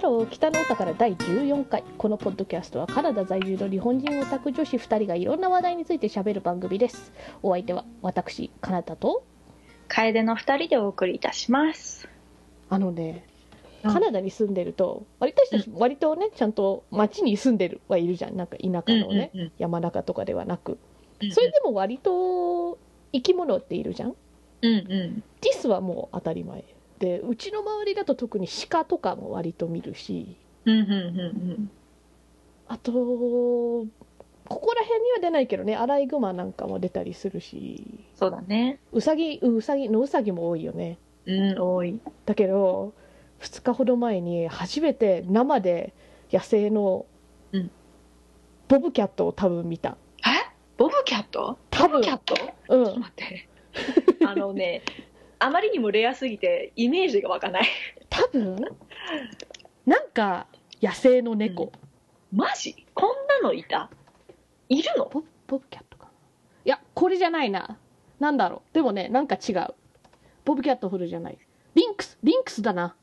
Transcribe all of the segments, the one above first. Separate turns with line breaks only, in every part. と北の歌から第14回このポッドキャストはカナダ在住の日本人オタク女子2人がいろんな話題について喋る番組ですお相手は私カナダと
楓の二人でお送りいたします。
あのね
うん
カナダに住んでると割と私たち割とねちゃんと町に住んでるはいるじゃんなんか田舎のね
うんうん
山中とかではなく
うん
それでも割と生き物っているじゃん
うんうん
ディスはもう当たり前でうちの周りだと特に鹿とかも割と見るし
うんうんうん
あとここら辺には出ないけどねアライグマなんかも出たりするし
そうだね。
ウサギうさぎのウサギも多いよね
うん、多い。
だけど2日ほど前に初めて生で野生の
うん
ボブキャットを多分見た
えボブキャット
多
ボ
分
ブキャットちょ
う
っと
ん
待って。 あのね、あまりにもレアすぎて、イメージがわかない。
多分なんか野生の猫、
うんマジこんなのいたいるの
ボボブキャットかないやこれじゃないななんだろうでもねなんか違うボブキャットほどじゃないリンクスリンクスだな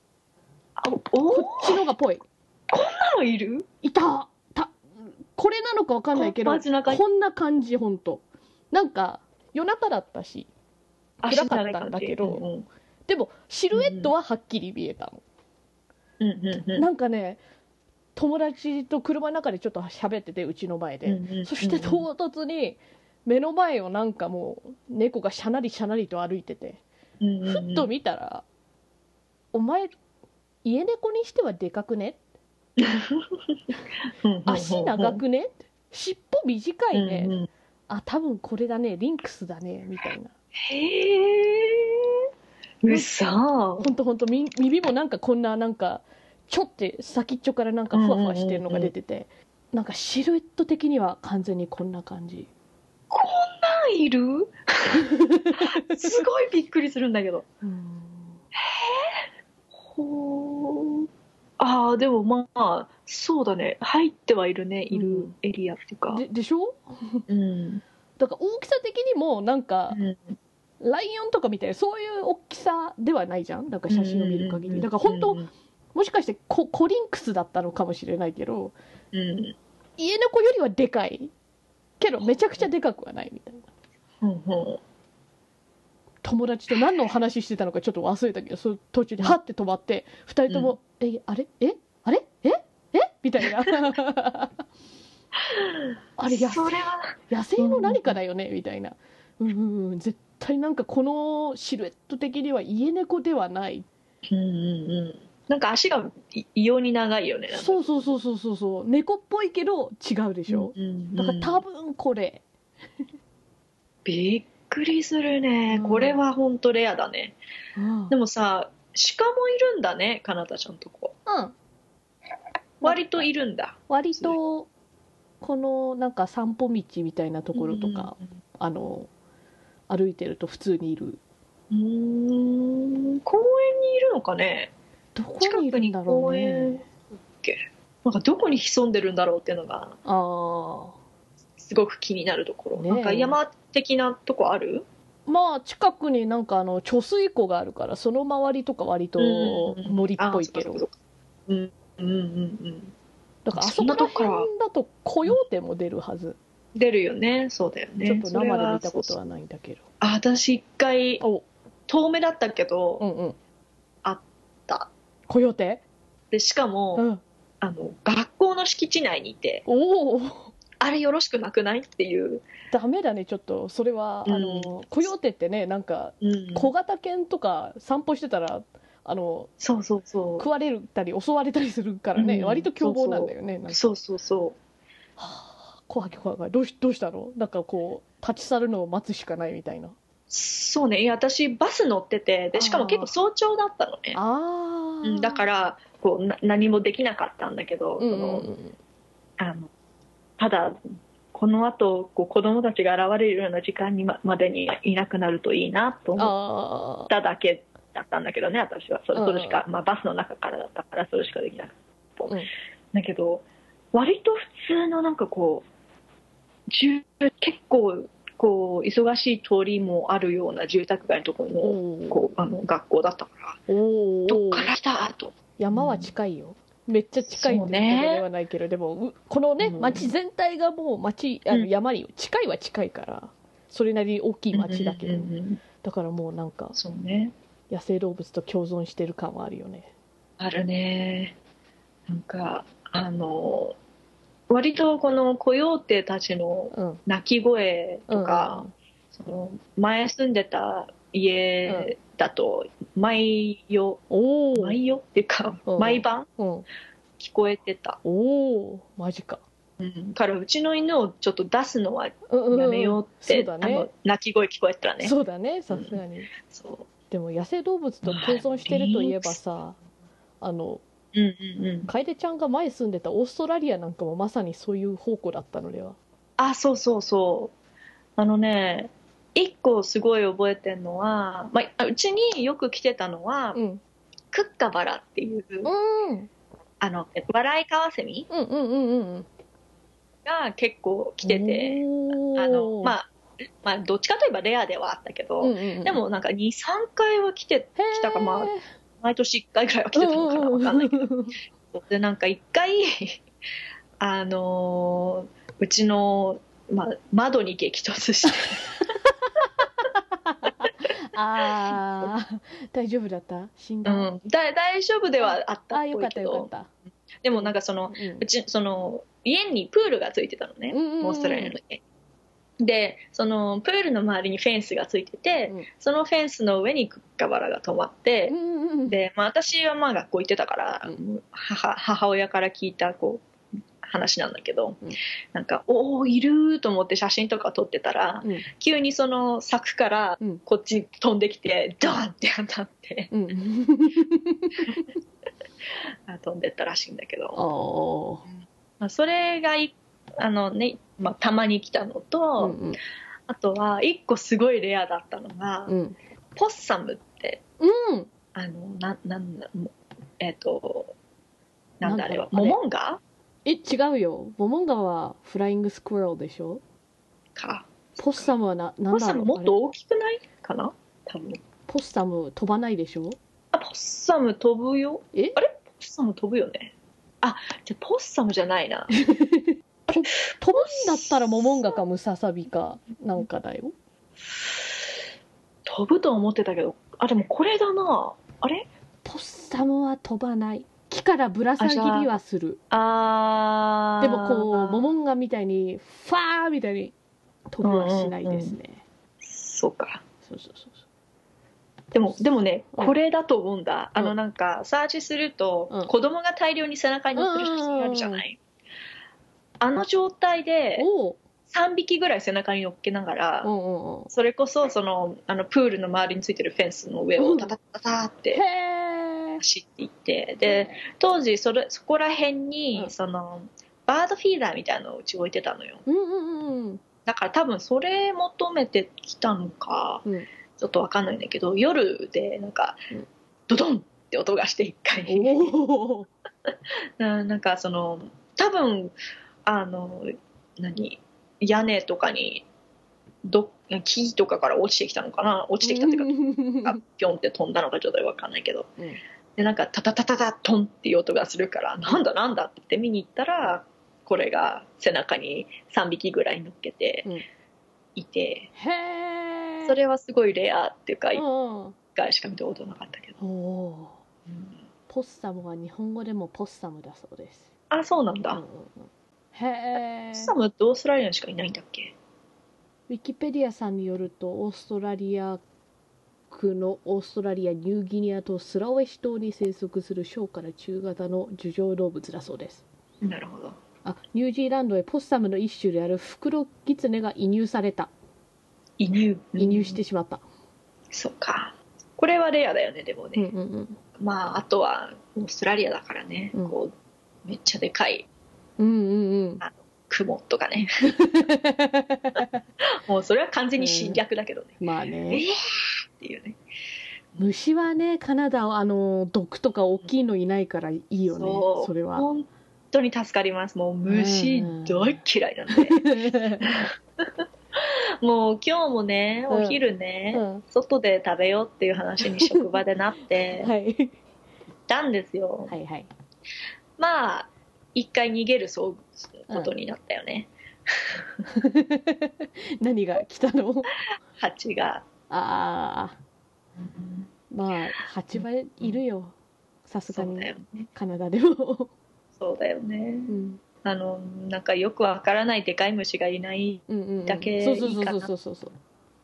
あおおー
こっちのがぽい
こんなのいる
いたたこれなのかわかんないけど
こんな街中に
こんな感じほんとなんか夜中だったし暗かったんだけど
うんうん
でもシルエットははっきり見えたの、
うんうんうん
なんかね友達と車の中でちょっと喋っててうちの前で、
うんうん
そして唐突に目の前をなんかもう猫がしゃなりしゃなりと歩いてて
うんうんうん
ふっと見たら「お前家猫にしてはでかくね
うんうんうんうん
足長くね尻尾短いね、
うんうん
あ多分これだねリンクスだね」みたいな
へえうそ
ほんとほんとみ耳もなんかこんななんかちょって先っちょからなんかふわふわしてるのが出てて、なんかシルエット的には完全にこんな感じ
いるすごいびっくりするんだけどほーああでもまあそうだね入ってはいるねいるエリアっていうか
ででしょ
うん
だから大きさ的にもなんか
うん
ライオンとかみたいなそういう大きさではないじゃんなんか写真を見る限
うん
りだから本当
うん
もしかしてココリンクスだったのかもしれないけど
うん
家の子よりはでかいけどめちゃくちゃでかくはないみたいな
うんうん
友達と何のお話してたのかちょっと忘れたけどその途中でハッて止まって2人とも「えあれえあれええみたい なあれ野
それは
野生の何かだよねみたいなうんうんうん絶対なんかこのシルエット的には家猫ではない
うんうんうんなんか足がい異様に長いよねなんか
そうそうそうそうそうそう猫っぽいけど違うでしょ、
うんうん
だから多分これ
びっくりするね
うん
これは本当レアだね
うん
でもさ鹿もいるんだねかなたちゃんとこ
うん
割といるんだ
割とこのなんか散歩道みたいなところとか、あの歩いてると普通にいる
うんうん公園にいるのかね
どこに
近
い
く
るん
に
だろう
公
ね
園だっけなんかどこに潜んでるんだろうっていうのが
あ
すごく気になるところ、
ねえ
なんか山的なとこある
あまあ近くになんかあの貯水湖があるからその周りとか割と森っぽいけど、
あそうかそうかうんうんうんうん
だからあ
そ
そ
ん
こ
な
ら
とこ
辺
から
だとコヨーテも出るはず、
出るよねそうだよね
ちょっと生で見たこと
それ
は
は
ないんだけど
あ私一回
お
遠目だったけど、
うんうん
あった
コヨーテ
でしかも、
うん
あの学校の敷地内にいて
おお
あれよろしくなくないっていう、
ダメだねちょっとそれは、
うん
あのコヨーテってねなんか小型犬とか散歩してたらあの
そうそうそ
食われたり襲われたりするからね、
うん
割と凶暴なんだよねなん
う
か
そうそうそう
はあ怖い怖い怖いどうしどうしたのなんかこう立ち去るのを待つしかないみたいな
そうねいや私バス乗っててでしかも結構早朝だったのね、
あ、
うん、だかららこうな何もできなかったんだけど、
うんう
そ
んう
の
ん、
あのただこの後こう子供たちが現れるような時間にままでにいなくなるといいなと思っ
ああ
ただけだったんだけどね私はそれ
うん
それしか、まあ、バスの中からだったからそれしかできなかった、
うん
だけど割と普通のなんかこう住結構こう忙しい通りもあるような住宅街のとこ
お
ろの
ー
こうあの学校だったから
おー
どっから来たと
山は近いよ、めっちゃ近いんですけど
そうね
ではないけど、でもうこのね
うん
町全体がもう町あ
う
の
ん
山に近いは近いからそれなりに大きい町だけど、
うんうんうんうん
だからもうなんか
そうね
野生動物と共存してる感はあるよね
あるねなんかあの割とこのコヨーテたちの
うん
鳴き声
うん
とか、その前住んでた家だと毎夜、
おお、
毎夜っていうか、
うん
毎晩
うん、
聞こえてた、
おおマジか
うん、からうちの犬をちょっと出すのはや
うんうんうん
めようって、
そうだ
あ
ね
の鳴き声聞こえたらね
そうだねさすがに、
そ
でも野生動物と共存してるといえばさあの
ううんうんうん
楓ちゃんが前住んでたオーストラリアなんかもまさにそういう宝庫だったのでは
あそうそうそうあのね一個すごい覚えてるのは、まああ、うちによく来てたのは、
うん
クッカバラっていう、
うん
あの笑いカワセミ
うんうんうんうんうん
が結構来てて、あのま
あ、
あ、まあどっちかといえばレアではあったけど、
うんうんうん
でもなんか23回は来て
へー
来たかまあ毎年1回ぐらいは来てたのかな
うんうんうん
わかんないけどでなんか1回 あのーうちの、まあ、窓に激突して
ああ 大丈夫だった死ん
う
だ、
ん、だ大丈夫ではあっ
あ
た
あ
っ
よ
ぽ
か
い
った
け
よかっ
ど
た
でもなんかその
うん
うちその家にプールがついてたのね、
うんうんうん
オーストラリアの家でそのプールの周りにフェンスがついてて、
うん
そのフェンスの上にクッカバラが止まって、
うんうんうん
で、まあ、私はまあ学校行ってたから、
う
母母親から聞いたこう話なんだけど、
うん
なんか「おおいる!」と思って写真とか撮ってたら、
うん
急にその柵から
うん
こっちに飛んできて、ドーンって当たって
うん
あ飛んでったらしいんだけど、
おー
まあ、それがいあの、ねまあ、たまに来たのと、
うん
あとは一個すごいレアだったのが、
うん
ポッサムって
うん
あのななんだもえっ、となんだあれは
なんだろ
モ
うあれ
モンガ
え違うよモモンガはフライングスクロールでしょ
か
ポッサムはなな
ポ
ん
ッ
だ
サ
ろ
ム
う
もっ
あ
と
れ
大きくないかな多分
ポッサム飛ばないでしょ
あポッサム飛ぶよ
え
あれポッサム飛ぶよねあじゃあポッサムじゃない な
飛ぶんだったらモモンガかムササビかなんかだよ
飛ぶと思ってたけどあでもこれだなあれ
ポッサムは飛ばない木からぶら下げりはする
あ
でもこうモモンガみたいにファーみたいに飛びはしないですね、
そうか
そうそうそうそう
でもでもね
うん
これだと思うんだ、
うん
あのなんかサーチすると、
うん
子供が大量に背中に乗ってる写真あるじゃない、あの状態で
おう
3匹ぐらい背中に乗っけながら、
うんうんうん
それこそそのあのプールの周りについてるフェンスの上
う
を
ん
タタタタって
へえ
走っていってで当時それそこら辺に
うん
そのバードフィーダーみたいなのをうち置いてたのよ
うんうん うん
だから多分それ求めてきたのか、
うん
ちょっとわかんないんだけど夜でなんか、
うん
ドドンって音がして一回
おお
ななんかその多分あの何屋根とかにど木とかから落ちてきたのかな落ちてきたっていうかがピョンって飛んだのかちょっと分かんないけど、
うん
でなんかタタタタタトンっていう音がするからなんだなんだって言って見に行ったらこれが背中に3匹ぐらい乗っけて
うん
いて、
へえ
それはすごいレアっていうか
うん
1
お
回しか見たことなかったけど、
おポッサムは日本語でもポッサムだそうです
あそうなん
うん
だ
うんうんへえ
サムってオーストラリアにしかいないんだっけ
ウィキペディアさんによるとオーストラリア区のオーストラリアニューギニアとスラウェシ島に生息する小から中型の樹上動物だそうです
なるほど
あニュージーランドへポッサムの一種であるフクロギツネが移入された
移入
移入してしまった、
そうかこれはレアだよねでもね、
うんうん
まああとはオーストラリアだからね、
うん
こうめっちゃでかい
うんうんうん
雲とか ねもうそれは完全に侵略だけどね、
まあ
え
ね
ーっていうね
虫はねカナダはあの毒とか大きいのいないからいいよね
そ
そうれは
本当に助かりますもう虫
うん
大嫌いなんで、もう今日もねお昼ね、
うん
外で食べようっていう話に職場でなって
はい
行ったんですよ、
はいはい
まあ一回逃げるそうことになったよね、
何が来たの
蜂が、
ああまあ8羽いるよさす
そ
が
うだ
に
よね
カナダでも、
そうだよね
うん、
あのなんかよくわからないでかい虫がいない
うんうんうん
だけ
そうそうそう
いい
そうそうそう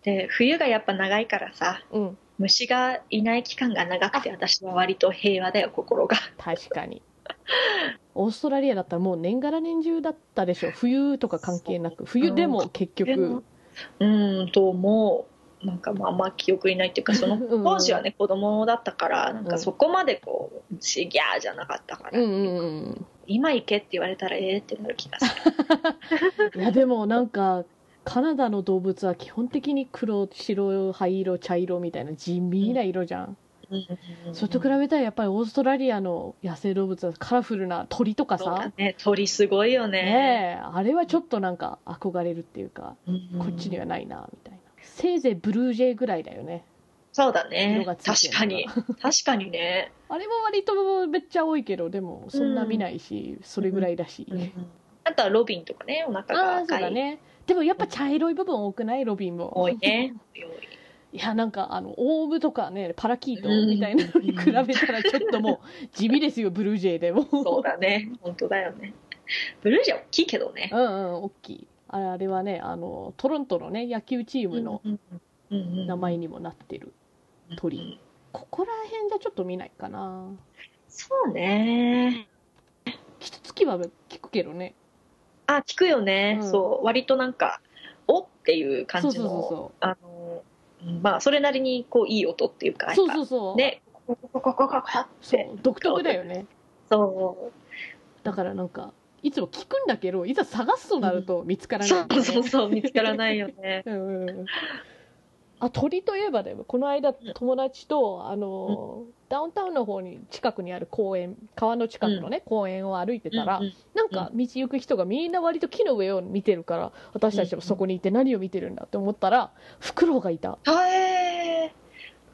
で冬がやっぱ長いからさ
うん
虫がいない期間が長くて私は割と平和だよ心が
確かにオーストラリアだったらもう年がら年中だったでしょ冬とか関係なく冬でも結
でも
局
うんと思うなんかまああんま記憶にないっていうかその
うん
当時はね子供だったからなん
う
か
ん
そこまでこう虫ギャーじゃなかったか
う
ら、
んうんうん
今行けって言われたらええってなる気がす る
いやでもなんかカナダの動物は基本的に黒白灰色茶色みたいな地味な色じゃん、それと比べたらやっぱりオーストラリアの野生動物はカラフルな鳥とか
そうだ
さ
ね鳥すごいよね
ねえあれはちょっとなんか憧れるっていうか
うん
こっちにはないなみたいなせいぜいブルージェイぐらいだよね
そうだね
色がつい
確
て
か
る
に確かにね、
あれも割とめっちゃ多いけどでもそんな見ないし、それぐらいだし、
あとはロビンとかねお腹が
ああそう
赤い
だねでもやっぱ茶色い部分多くないロビンも
多い ね多い
いやなんかあのオウムとかねパラキート
うん
みたいなのに比べたらちょっともう地味ですよブルージェイでも
そうだね本当だよねブルージェ大きいけどね
うんうん大きいあれあれはねあのトロントのね野球チームの名
名
前にもなってる鳥ここら辺じゃちょっと見ないかな
そうね
キツツキは聞くけどね
あ聞くよね、
うん
そう割となんかおっていう感
そう
じ
そうそう
の
そ
あのうんまあそれなりにこういい音っていうか
うそうそうそう、
ねコココココココっ
そ
て
う独特だよね
そう
だからなんかいつも聞くんだけどいざ探すとなると見つからない、
そ
ね
うそうそう見つからないよね
うんうんうんあ鳥といえばねこの間友達とあの、ダウンタウンの方に近くにある公園川の近くのね、公園を歩いてたら、
うんうん
なんか道行く人がみんな割と木の上を見てるから私たちもそこにいて何を見てるんだって思ったらフクロウがいた
はえ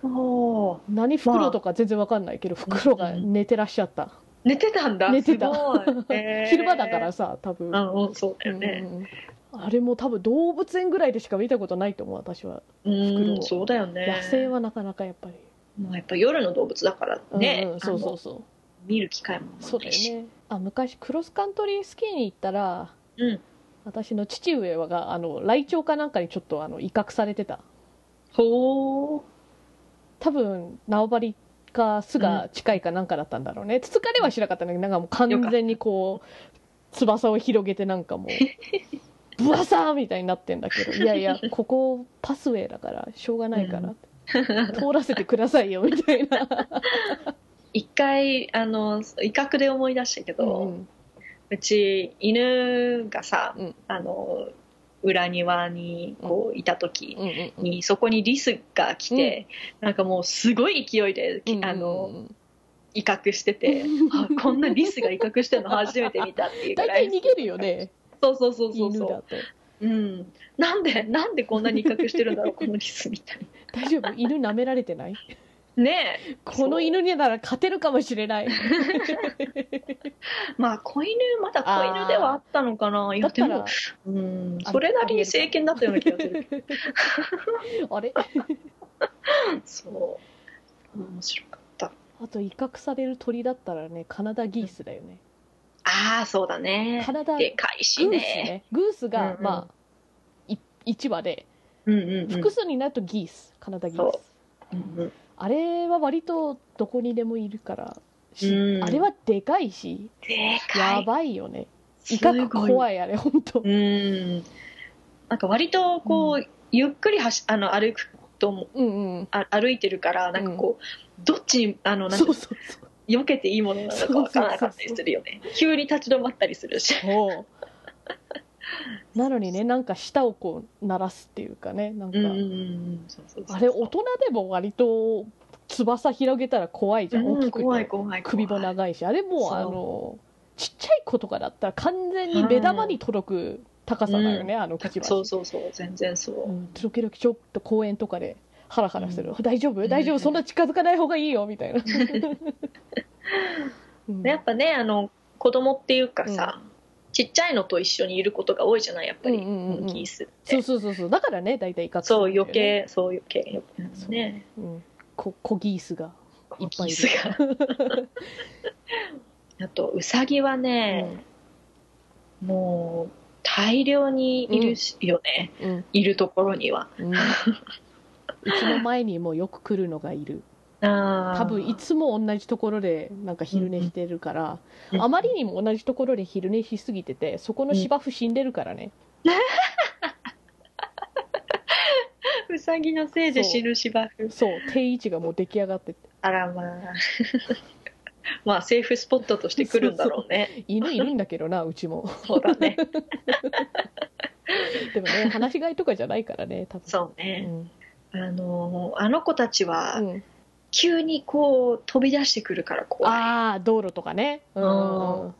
ー、おー
何フクロウとか全然わかんないけど、フクロウが寝てらっしゃった、
寝てたんだ
寝てた
すごい、え ー
昼間だからさ多分、
うんうんそうだよね
うんあれも多分動物園ぐらいでしか見たことないと思う私は、
うん
袋を
そうだよね
野生はなかなかやっぱり、
まあやっぱ夜の動物だからね、
うんうん、そう
あ
そう
の
そう
見る機会も
そうだ
ない
よ
し
ねあ昔クロスカントリースキーに行ったら
うん
私の父上があのライチョウかなんかにちょっとあの威嚇されてた
ほう
多分縄張りか巣が近いかなんかだったんだろうね、つつかれはしなかったんだけどなんかもう完全にこう翼を広げてなんかもうブワサーみたいになってんだ けどいやいやここパスウェイだからしょうがないから、通らせてくださいよみたいな、
一回あの威嚇で思い出したけ
う
ど、うんち犬がさ、
うん
あの裏庭にこういた時
うんうん
に、そこにリスが来て、なんかもうすごい勢いで、きあの威嚇し ててあこんなリスが威嚇してるの初めて見たっていうぐ
大
らい
体逃げるよね
そうそうそうそう
犬
そ
だ
う、
と
うん、なんでなんでこんなに威嚇してるんだろうこのリスみたい
大丈夫犬舐められてない
なねえ
この犬になら勝てるかもしれない
まあ子犬まだ子犬ではあったのかない
だ
や
っ
で
た
も
ら
うんそれなりに政権だったような気がする
あれ
そう面白かった
あと威嚇される鳥だったらねカナダギースだよね
ああそうだね
カナダグ
で
ー
かい
ス
し
ね
ね
グースが、
うんうん
まあい1羽で
うんうんうん
複数になるとギースカナダギー
そ
ス
うんうん
あれは割とどこにでもいるからし
うん
あれはでかいし
でか
や
い
ばいよね威
すご
嚇怖いあれ本当
うんなんか割とこう、ゆっくり走あの歩くとも
うんうん
あ歩いてるからなんかこう、どっちにあのなん
そ
か
うそうそう
避けていいものなのかわからなかったりするよね急に立ち止まったりするし
そうなのにねなんか舌をこう鳴らすっていうかねなんか、
うんうんうんそうそうそう
あれ大人でも割と翼広げたら怖いじゃん、大
うん
きくて
怖い怖い怖い
首も長いしあれもう
そう
あのちっちゃい子とかだったら完全に目玉に届く高さだよね、あのくちばし
そうそうそう全然そう、
うん時々ちょっと公園とかでハラハラする、
う
大丈夫大丈夫、
うん
そんな近づかない方がいいよみたいな、うん
やっぱねあの子供っていうかさ、ちっちゃいのと一緒にいることが多いじゃないやっぱり、
うんうんうんうん
モンキースって
そうそうそうそうだからね大体威嚇する
そうん
だよ
余
ね、
計そう余計余計なんですね
うん、こコギースがいっぱいいる
ギスが あとウサギはね、もう大量にいるしよね、
うんうん
いるところには
うんうちの前にもよく来るのがいる
多
多分いつも同じところでなんか昼寝してるから、
うん
あまりにも同じところで昼寝しすぎててそこの芝生死んでるからね、
ウサギのせいで死ぬ芝生
そう定位置がもう出来上がってて
あらまあ まあセーフスポットとして来るんだろうね
犬いるんだけどなうち も
そうだね
でもね話し飼いとかじゃないからね多分
そう
う
ね、
ん
あのーあの子たちは
うん
急にこう飛び出してくるから怖い、
ああ道路とかねうん
うん
うん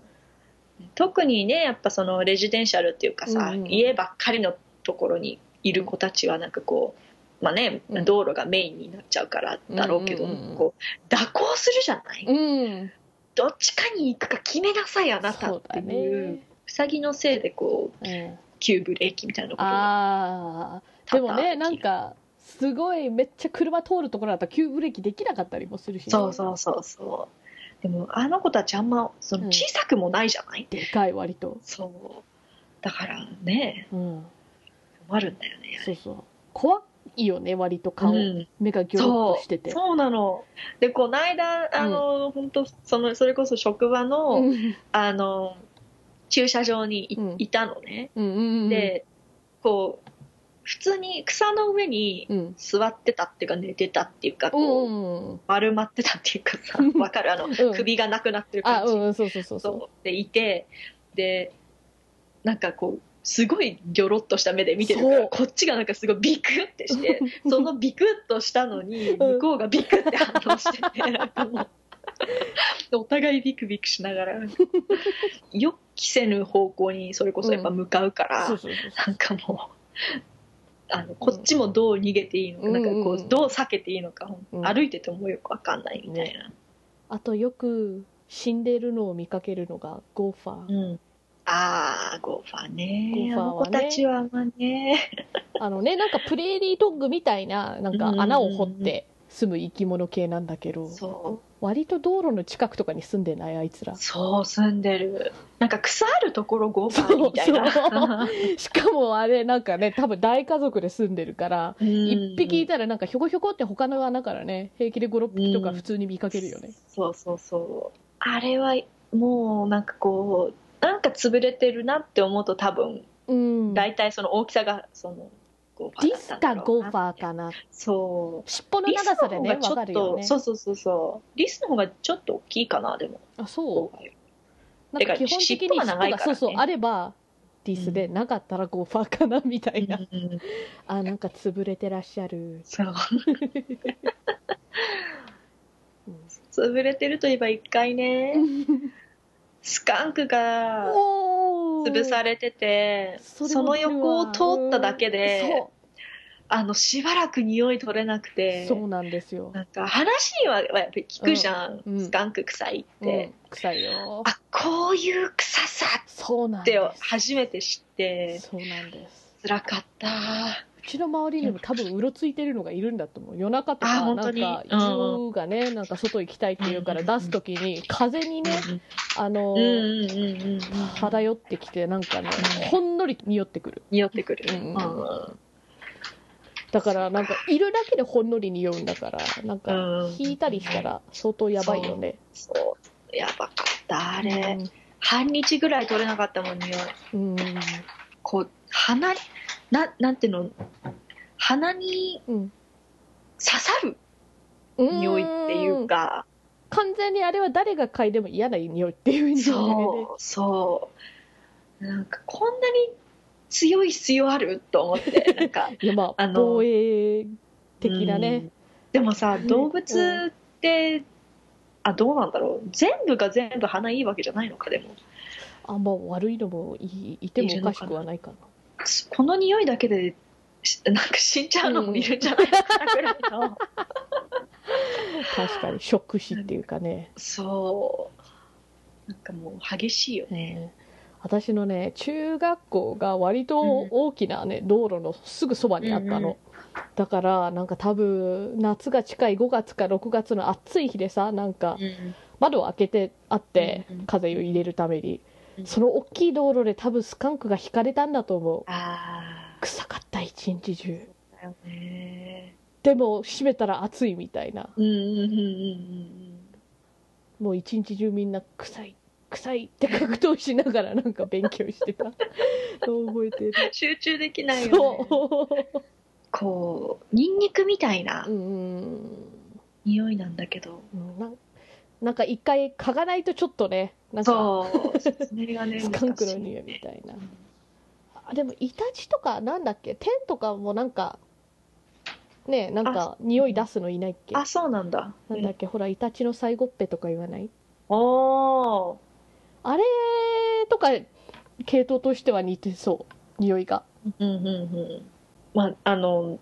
特にねやっぱそのレジデンシャルっていうかさ、
うんうん
家ばっかりのところにいる子たちはなんかこうまあね、
うん
道路がメインになっちゃうからだろうけど、
うんうんうん
こう蛇行するじゃない、
うん
どっちかに行くか決めなさいあなた
そう
って
だ
いう
ね、
ウサギのせいでこう
うん、
急ブレーキみたいなことが
ああ
多
で
々
も
あ
ね
る
なんかすごいめっちゃ車通るところだったら急ブレーキできなかったりもするし、ね、
そうそうそうそうでもあの子たちあんまそ
う
の
ん
小さくもないじゃない、
でかい割と
そうだからね
うん
困るんだよね
そうそう怖いよね割と顔、
うん
目がギョロッ
そ
として
う
て
そうなのでこの間あの、本当そのそれこそ職場の、
うん
あの駐車場にい,、
うん
たのね
うんうんうん
で、こう普通に草の上に
うん
座ってたっていうか寝てたっていうか
うん
こう、
うんうん
丸まってたっていうか さわかるあの、
うん
首がなくなってる
あ
感じ、
うんうんそうそうそうそう
そうでいてでなんかこうすごいギョロッとした目で見てるか
そ
ら
う
こっちがなんかすごいビクッてして そのビクッとしたのに
うん
向こうがビクッて反応 してて、なんかもうでお互いビクビクしながら予期せぬ方向にそれこそやっぱ向かうから、
そうそうそう
なんかもうあのこっちもどう逃げていいのか,、
うん
なんかこ
うん
うどう避けていいのか、
うん
歩いててもよくわかんないみたいな。
あとよく死んでるのを見かけるのがゴーファー、
うん、ああゴーファー
ゴー
ね
ファーはね
あの子たちはまあね
あのねなんかプレーリードッグみたいななんか穴を掘
うん
っ
うんう
て住む生き物系なんだけど
そ
割と道路の近くとかに住んでないあいつら
うそう住んでるなんか草あるところゴーファーみたいな
しかもあれなんかね多分大家族で住んでるから 一匹い
だ
たらなんかひょこひょこって他の穴からね平気で56匹とか普通に見かけるよね、
そうそうそうあれはもうなんかこうなんか潰れてるなって思うと多分
うん、デ
大体その大きさがそのゴーファー
ィ
だっ
ス
たん
か
だろうな
ゴーファーかな
そう
尻尾の
リス
長
の
さ
方
で
が
ね
ち
わ
ょ
か
っ
るよ
と
ね
そうそうそうそうリスの方がちょっと大きいかなでも
あ
ゴ
そ
ーファーより
うなんか基本的に
てか尻尾が長い
尻尾
からね
がそうそうあればディスでなかったらゴーファーかなみたいな、
うん
あなんか潰れてらっしゃる
そう潰れてるといえば一回ねスカンクが
お
潰されててその横を通っただけで、あのしばらく匂い取れなく
そう
て
そうなんですよ、
なんか話にはやっぱり聞くじゃん、
うんうん
スカンク臭いっ
う
て
ん、、臭いよ
あこういう臭さ
そうなん
っ
で
て
す
初めて知って
そうなんです
辛かった
うちの周りにも多分うろついてるのがいるんだと思う夜中と
あ
か
本
な
当
ん
に
か
うん
犬がねなんか外行きたいって言うから出す時に風にねあの
うんうんうんうんうん
漂ってきてなんかね
うん
ほんのり匂ってくる
匂ってくる、
うん
うん
だからなんかいるだけでほんのり匂うんだからなんか
うん
引いたりしたら相当やばいよね
そうやばかったあ
あ
れ、半日ぐらい取れなかったもん匂い
うん
こう鼻ななんていうの鼻に
うん
刺さる
うん
匂いっていうか、
完全にあれは誰が嗅いでも嫌な匂いっていう匂いだね
そうそうなんかこんなに強い必要あると思 ってなんか
いやまあ
あの
防衛的な
う
ね
んでもさ動物って、あどうなんだろう全部が全部鼻いいわけじゃないのかでも
あんま悪いのもいいてもおかしくはないかな
この匂いだけでしなんか死んじゃうのもいるんじゃないかなぐらいの、
確かに食死っていうかね
そうなんかもう激しいよね。
ね私のね中学校が割と大きなね、道路のすぐそばにあった
うんう
の、だからなんか多分夏が近い5月か6月の暑い日でさなんか
うん
窓を開けてあって、
うんうん
風を入れるために、
うん
その大きい道路で多分スカンクが引かれたんだと思う
あ
臭かった一日中
あ、だよね。
でも閉めたら暑いみたいな
うんうんうんうん
もう一日中みんな臭い臭いって格闘しながらなんか勉強して た覚えてる
うん。集中できないよね。
そう
こう、ニンニクみたいな
うん
匂いなんだけど。
うんなんなんか一回嗅がないとちょっとねなんか
そう、説明がね、
ス カンクの
難しい
匂いみたいなあでもイタチとかなんだっけ天とかもなんかねえなんか匂い出すのいないっけ
あ、そうなんだ。
なんだっけほらイタチの最後っぺとか言わない
おー
あれとか系統としては似てそう匂いが
うんうんうん。まあ、あの、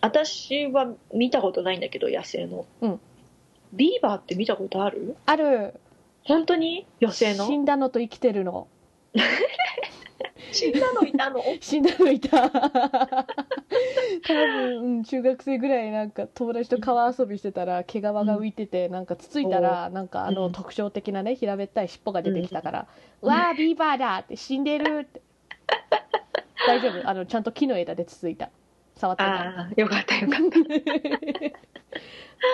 私は見たことないんだけど、野生の。
うん
ビーバーって見たことある
ある
本当に野生の
死んだのと生きてるの
死んだのいたの
死んだのいた多分、うん中学生ぐらいなんか友達と川遊びしてたら毛皮が浮いてて、なんかつついたらなんかあ
う
の
ん
特徴的なね平べったい尻尾が出てきたから「わあビーバーだ!」って死んでるって大丈夫あのちゃんと木の枝でつついた触ってない
ああ、よかったよかっ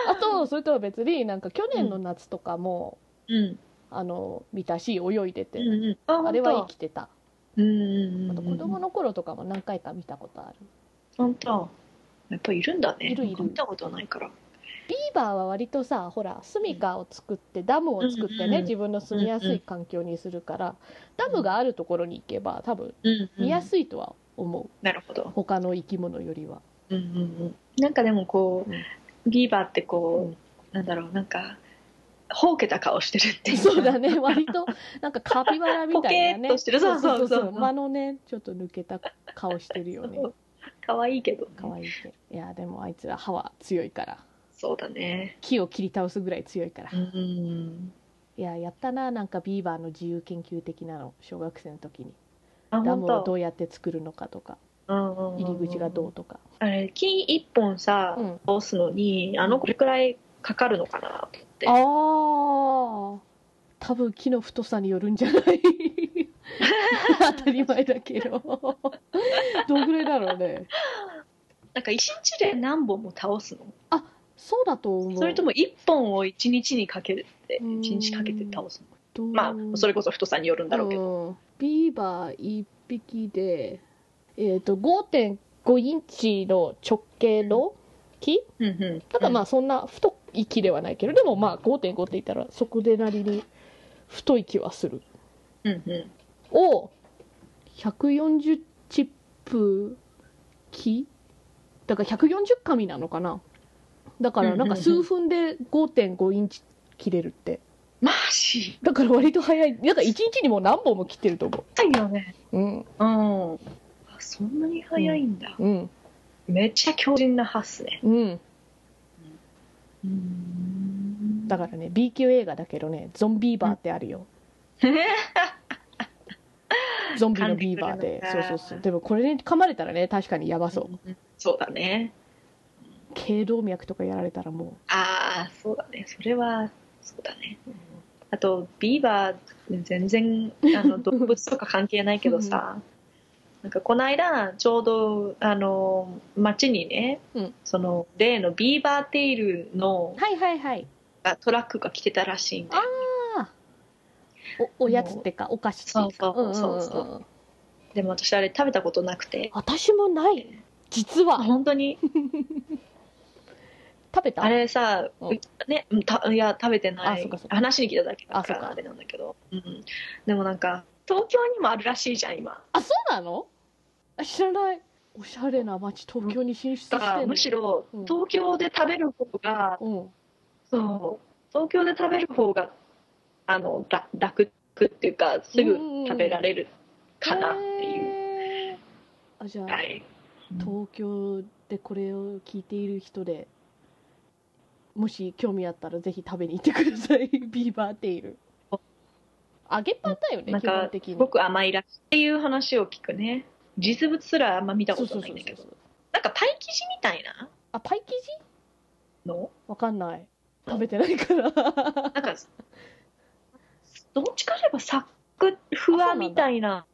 あとそれとは別になんか去年の夏とかも、
た。うん。
あの見たし泳いでて、
うんうん、あ、
あれは生
き
きてた
うんうんうん
あ
うん。
と子供の頃とかも何回か見たことある
本当。やっぱいるんだね。
いるいる
なんか見たことないから。
ビーバーは割とさほら住みかを作ってダムを作って
うんうんう
ね
ん
自分の住みやすい環境にするからダムがあるところに行けば多分
うん、
見やすいとは思う
なるほど。
他の生き物よりは
うんうんうん。なんかでもこ
うん
う、ビーバーってこう、
うん
なんだろう、なんか、ほうけた顔してるっていう。
そうだね割となんかカピバラみたいなね
ポケーっとしてるそうそうそう
間のねちょっと抜けた顔してるよね
可愛いけど、ね。
可愛いけどいやでもあいつら歯は強いから
そうだね。
木を切り倒すぐらい強いから
うん。
いややったななんかビーバーの自由研究的なの小学生の時に
あ、
ダ
本
ムをど
当。
うやって作るのかとか
うんうんうん
入り口がどうとか
あれ、木一本さ
うん、
押すのに、あの、これくらいかかるのかなって。
ああ多分木の太さによるんじゃない 当たり前だけどどんぐらいだろうね
なんか一日で何本も倒すの
そうだと思う
それとも一本を一日にかけるって、
うん
一日かけて倒すの
どう
まあ、それこそ太さによるんだろうけど。
うんビーバー1匹で、えー、と5.5インチの直径の木
うんうん。
ただまあそんな太い木ではないけどでもまあ5.5って言ったらそこでなりに太い気はする
うんうん。
を140チップ木だから140紙なのかなだからなんか数分で5.5インチ切れるって
マジ
だから割と早いなんか1日にもう何本も切ってると思
だよね。
ううん
うん。あそんなに早いんだ。
うん
めっちゃ強靭な歯っすね。
うん
うん
だからね B 級映画だけどねゾンビーバーってあるよ、 ゾンビのビーバーで
噛んでく
そ
る
う
のか
そうそうでもこれに噛まれたらね確かにやばそう、
うん。そうだね。
頸動脈とかやられたらも
ああ、そうだね。それは、そうだね。
う、
あと、ビーバー、全然、あ の、動物とか関係ないけどさ、なんかこの間、ちょうど、あの、街にね、
うん
その、例のビーバーテイルの
はいはいはい
あトラックが来てたらしいんだよ
おおやつってかお菓子っていうか
そうそうそうそうん
んんん
でも私あれ食べたことなくて、
私もない実
あ
は
本当に
食べた
あれさ、
うん
ね、うんたいや食べてな
あそ
い
っかそっか
話に聞いただけだか
あそっから
あれなんだけど、うん、でもなんか東京にもあるらしいじゃん今
あそうなのあ知らないおしゃれな街東京に進出して
だ
ん
か
の
らむしろ
うん
東京で食べる方が、
うん
そう東京で食べる方があのら楽っていうかすぐ食べられるかなっていう
へーあじゃあ
ぐらい、
東京でこれを聞いている人で もし興味あったらぜひ食べに行ってくださいビーバーテイル揚げパンだよね、
なん
基
か
本的に
すごく甘いらしいっていう話を聞くね実物すらあんま見たことないんだけど
そうそうそうそう
なんかパイ生地みたいな
あパイ生地
の
わかんない食べてないから
なん かどっちかといえばサックふわみたいな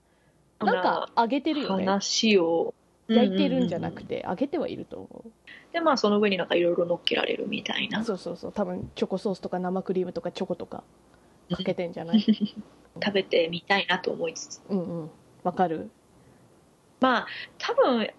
なんか揚げてるよね
話を
焼いてるんじゃなく
て、
て揚げてはいると思
でまあその上になんかいろいろ乗っけられるみたいうな
そうそうそう多分チョコソースとか生クリームとかチョコとかかけてんじゃ ない
食べてみたいなと思いつつ
うんうんわかる
まあ多分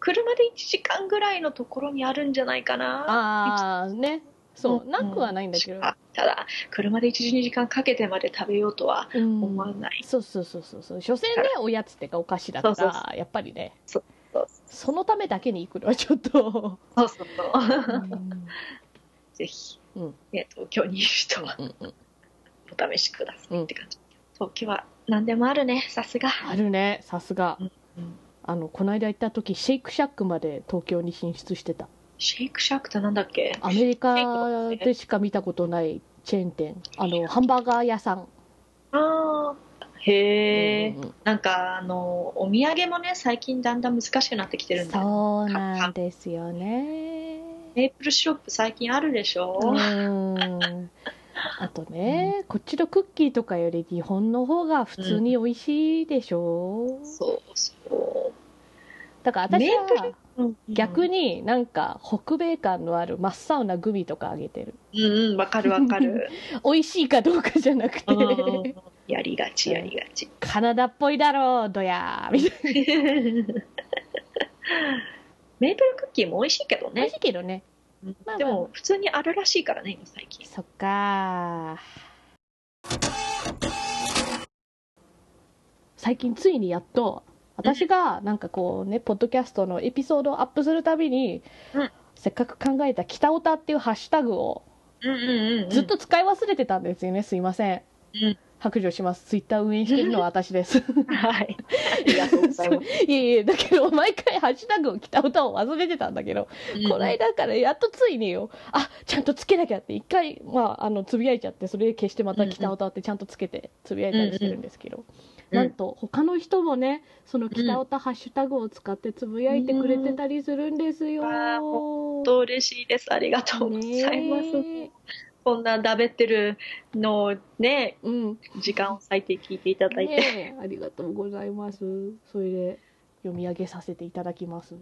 車で1時間ぐらいのところにあるんじゃないかな
ああねそう、なくはないんだけど
し、かただ車で1時2時間かけてまで食べようとは
うん
思わない、
そうそうそうそうそう所詮ねおやつってかお菓子だから
そうそう
やっぱりね
そう
そのためだけに行くのはちょっと、
そうそうそう
うん
ぜひ、
うん
ね、東京にいる人は
うんうん
お試しくださいって感じ、東京は何でもあるねさすが
あるねさすが、
うんうん
あのこの間行った時シェイクシャックまで東京に進出してた
シェイクシャックってなんだっけ
アメリカでしか見たことないチェーン店あのハンバーガー屋さん、
ああへえ、
うんうん
なんかあのお土産もね最近だんだん難しくなってきてるんだよ
そうなんですよね
メープルシロップ最近あるでしょ、
うんあとね、こっちのクッキーとかより日本の方が普通に美味しいでしょ、
そうそ
だから私
メープ
は
ルう
逆
に
になんか北米感のある真っ青なグミとかあげてる
うんうんわかるわかる
美味しいかどうかじゃなくて
うんやりがちやりがち
カナダっぽいだろうどやーみたいな
メープルクッキーも美味しいけど
美味
ね
しいけどねまあ
でも普通にあるらしいからね今最近
そっかー最近ついにやっと私がなんかこうねポッドキャストのエピソードをアップするたびに、
うん
せっかく考えた「北オタ」っていうハッシュタグを
うんうんうん
ずっと使い忘れてたんですよね、すいません、
うん
白状しますツイッター運営してるのは私です
はいありがとうございます
いえいえだけど毎回ハッシュタグを北オタを忘れてたんだけどこの間からやっとついによあちゃんとつけなきゃって一回、まあ、あのつぶやいちゃってそれ消してまた「北オタ」ってちゃんとつけてつぶやいたりしてるんですけど、
うん
なんと他の人もねその「北オタ」ハッシュタグを使ってつぶやいてくれてたりするんですよ。
うんわあ本当嬉しいですありがとうございます、
ねえ
こんなだべってるのをね
うん、
時間を割いて聞いていただいて、
ねえありがとうございますそれで読み上げさせていただきます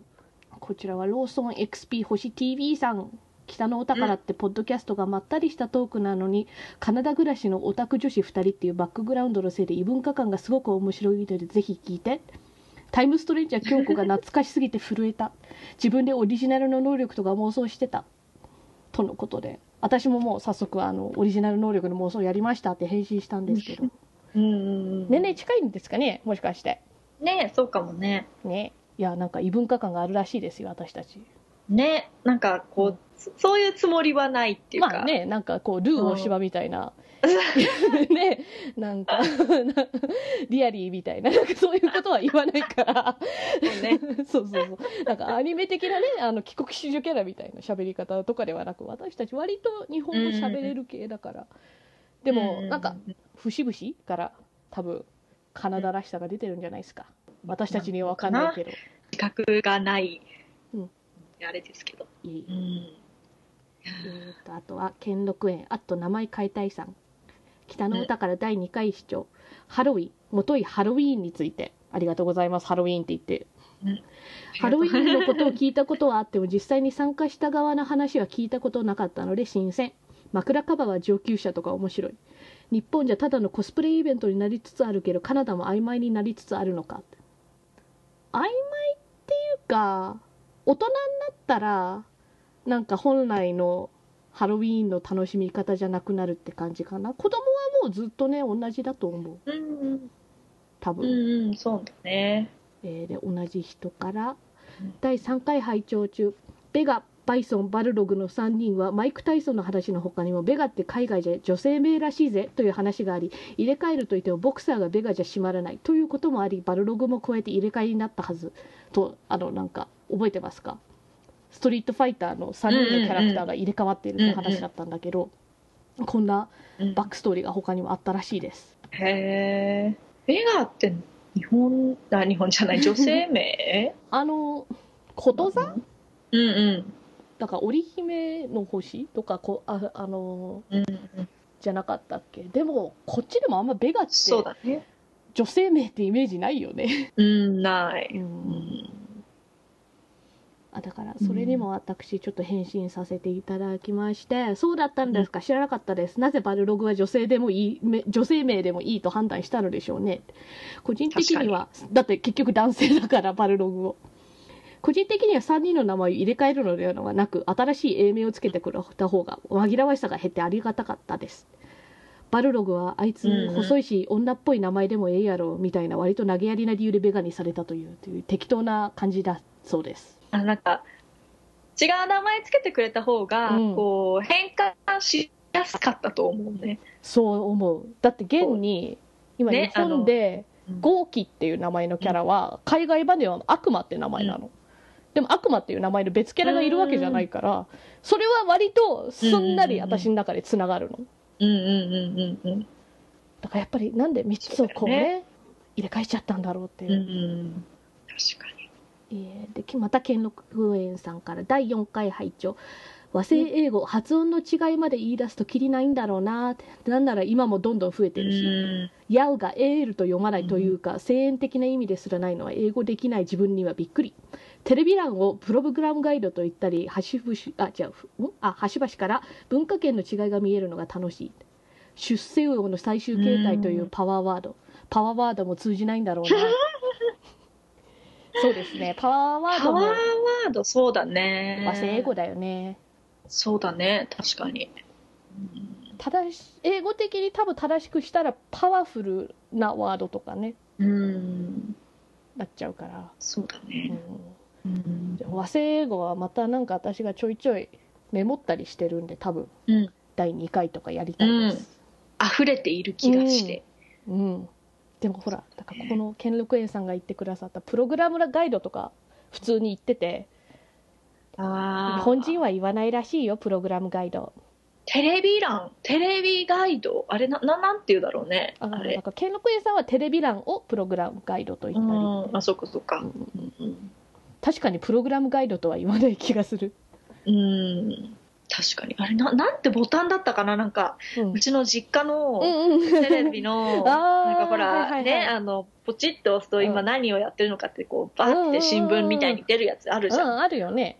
こちらはローソン XP 星 TV さん北のお宝ってポッドキャストがまったりしたトークなのに、カナダ暮らしのオタク女子2人っていうバックグラウンドのせいで異文化感がすごく面白いのでぜひ聞いてタイムストレッチャー京子が懐かしすぎて震えた自分でオリジナルの能力とか妄想してたとのことで私ももう早速あのオリジナル能力の妄想やりましたって返信したんですけど
うんうんうん
年齢近いんですかねもしかして
ねそうかもね
ねいやなんか異文化感があるらしいですよ私たち
ねなんかこう、
うん
そそういうつもりはないっていうか、
まあねなんかこうルー大芝みたい なねなんか リアリーみたいななんかそういうことは言わないから
そう ね
そうそうそうなんかアニメ的なねあの帰国子女キャラみたいな喋り方とかではなく私たち割と日本語喋れる系だからでもなんか節々から多分カナダらしさが出てるんじゃないですか私たちには分かんないけど
自覚がない、
うん
あれですけど、
いい
うん、
えーとあとは兼六園あと名前変えたいさん北の歌から第2回視聴、ハロウィン元いハロウィーンについてありがとうございますハロウィーンって言ってハロウィーンのことを聞いたことはあっても実際に参加した側の話は聞いたことなかったので新鮮枕カバーは上級者とか面白い日本じゃただのコスプレイベントになりつつあるけどカナダも曖昧になりつつあるのか曖昧っていうか大人になったらなんか本来のハロウィーンの楽しみ方じゃなくなるって感じかな子供はもうずっとね同じだと思う
うんうん
多
う
分、
んうんそうだね
えーで同じ人から
うん
第3回拝聴中ベガバイソンバルログの3人はマイク・タイソンの話の他にもベガって海外じゃ女性名らしいぜという話があり入れ替えるといってもボクサーがベガじゃ締まらないということもありバルログも超えて入れ替えになったはずとあのなんか覚えてますかストリートファイターの3人のキャラクターが入れ替わっているって話だったんだけど、こんな
うん
バックストーリーが他にもあったらしいです。
へえベガって日本あ日本 じゃない女性名
あの、ことざ
うんうん
だから織姫の星とかこああの
うんうん
じゃなかったっけでもこっちでもあんまベガって
そうだね
女性名ってイメージないよね、
うんない、
あだからそれにも私ちょっと返信させていただきまして、そうだったんですか知らなかったですなぜバルログは女性でもいいめ女性名でもいいと判断したのでしょうね個人的にはだって結局男性だからバルログを個人的には3人の名前を入れ替えるのではなく新しい英名をつけてくれた方が紛らわしさが減ってありがたかったですバルログはあいつ
うんうん
細いし女っぽい名前でもええやろみたいな割と投げやりな理由でベガにされたというという適当な感じだそうです
あなんか違う名前つけてくれた方が、
うん
こう変換しやすかったと思うね
そう思うだって現に今
ね
日本で
あのうん
ゴーキっていう名前のキャラは海外版では悪魔って名前なの、でも悪魔っていう名前の別キャラがいるわけじゃないからそれは割とすんなり私の中でつながるの
うんうんうんうんうん
だからやっぱりなんで3つをこうね入れ替えちゃったんだろうっていうう、
ん確かに
えーできまた兼六園さんから第4回拝聴和製英語、発音の違いまで言い出すときりないんだろうなってなんなら今もどんどん増えてるし、
うん
ヤウがエールと読まないというか、声援的な意味ですらないのは英語できない自分にはびっくり。テレビ欄をプログラムガイドと言ったり、端々、あ、じゃあ、んあ、端々から文化圏の違いが見えるのが楽しい。出世魚の最終形態というパワーワード。パワーワードも通じないんだろうな。そうですね。パワーワー
パ
ド
ワ
も
ーワードそうだね
和製英語だよね。
そうだね確かに
正し、英語的に多分正しくしたらパワフルなワードとかね、
うん、うん、
なっちゃうから。
そうだ
う
ね、
ん
うん
和製英語はまたなんか私がちょいちょいメモったりしてるんで多分
うん、
第2回とかやりたいです、
溢れている気がして、
うんでもほらなんかここの兼六園さんが言ってくださったプログラムガイドとか普通に言ってて
あ
日
ー
本人は言わないらしいよプログラムガイド
テレビ欄テレビガイドあれなななんて言うだろうね
あ
あ
なん
れ
か兼六園さんはテレビ欄をプログラムガイドと言
う
ったり、
んあそっかそっかうん、
確かにプログラムガイドとは言わない気がする、
うん、確かにあれななんてボタンだったかななんか
うん
うちの実家の、
うんうん
テレビの、
あー
なんかほら、
はいはいはい
ね、あの、ポチッと押すと今
うん
何をやってるのかって、こう、バーって新聞みたいに出るやつある
う
じゃん。
んあるよね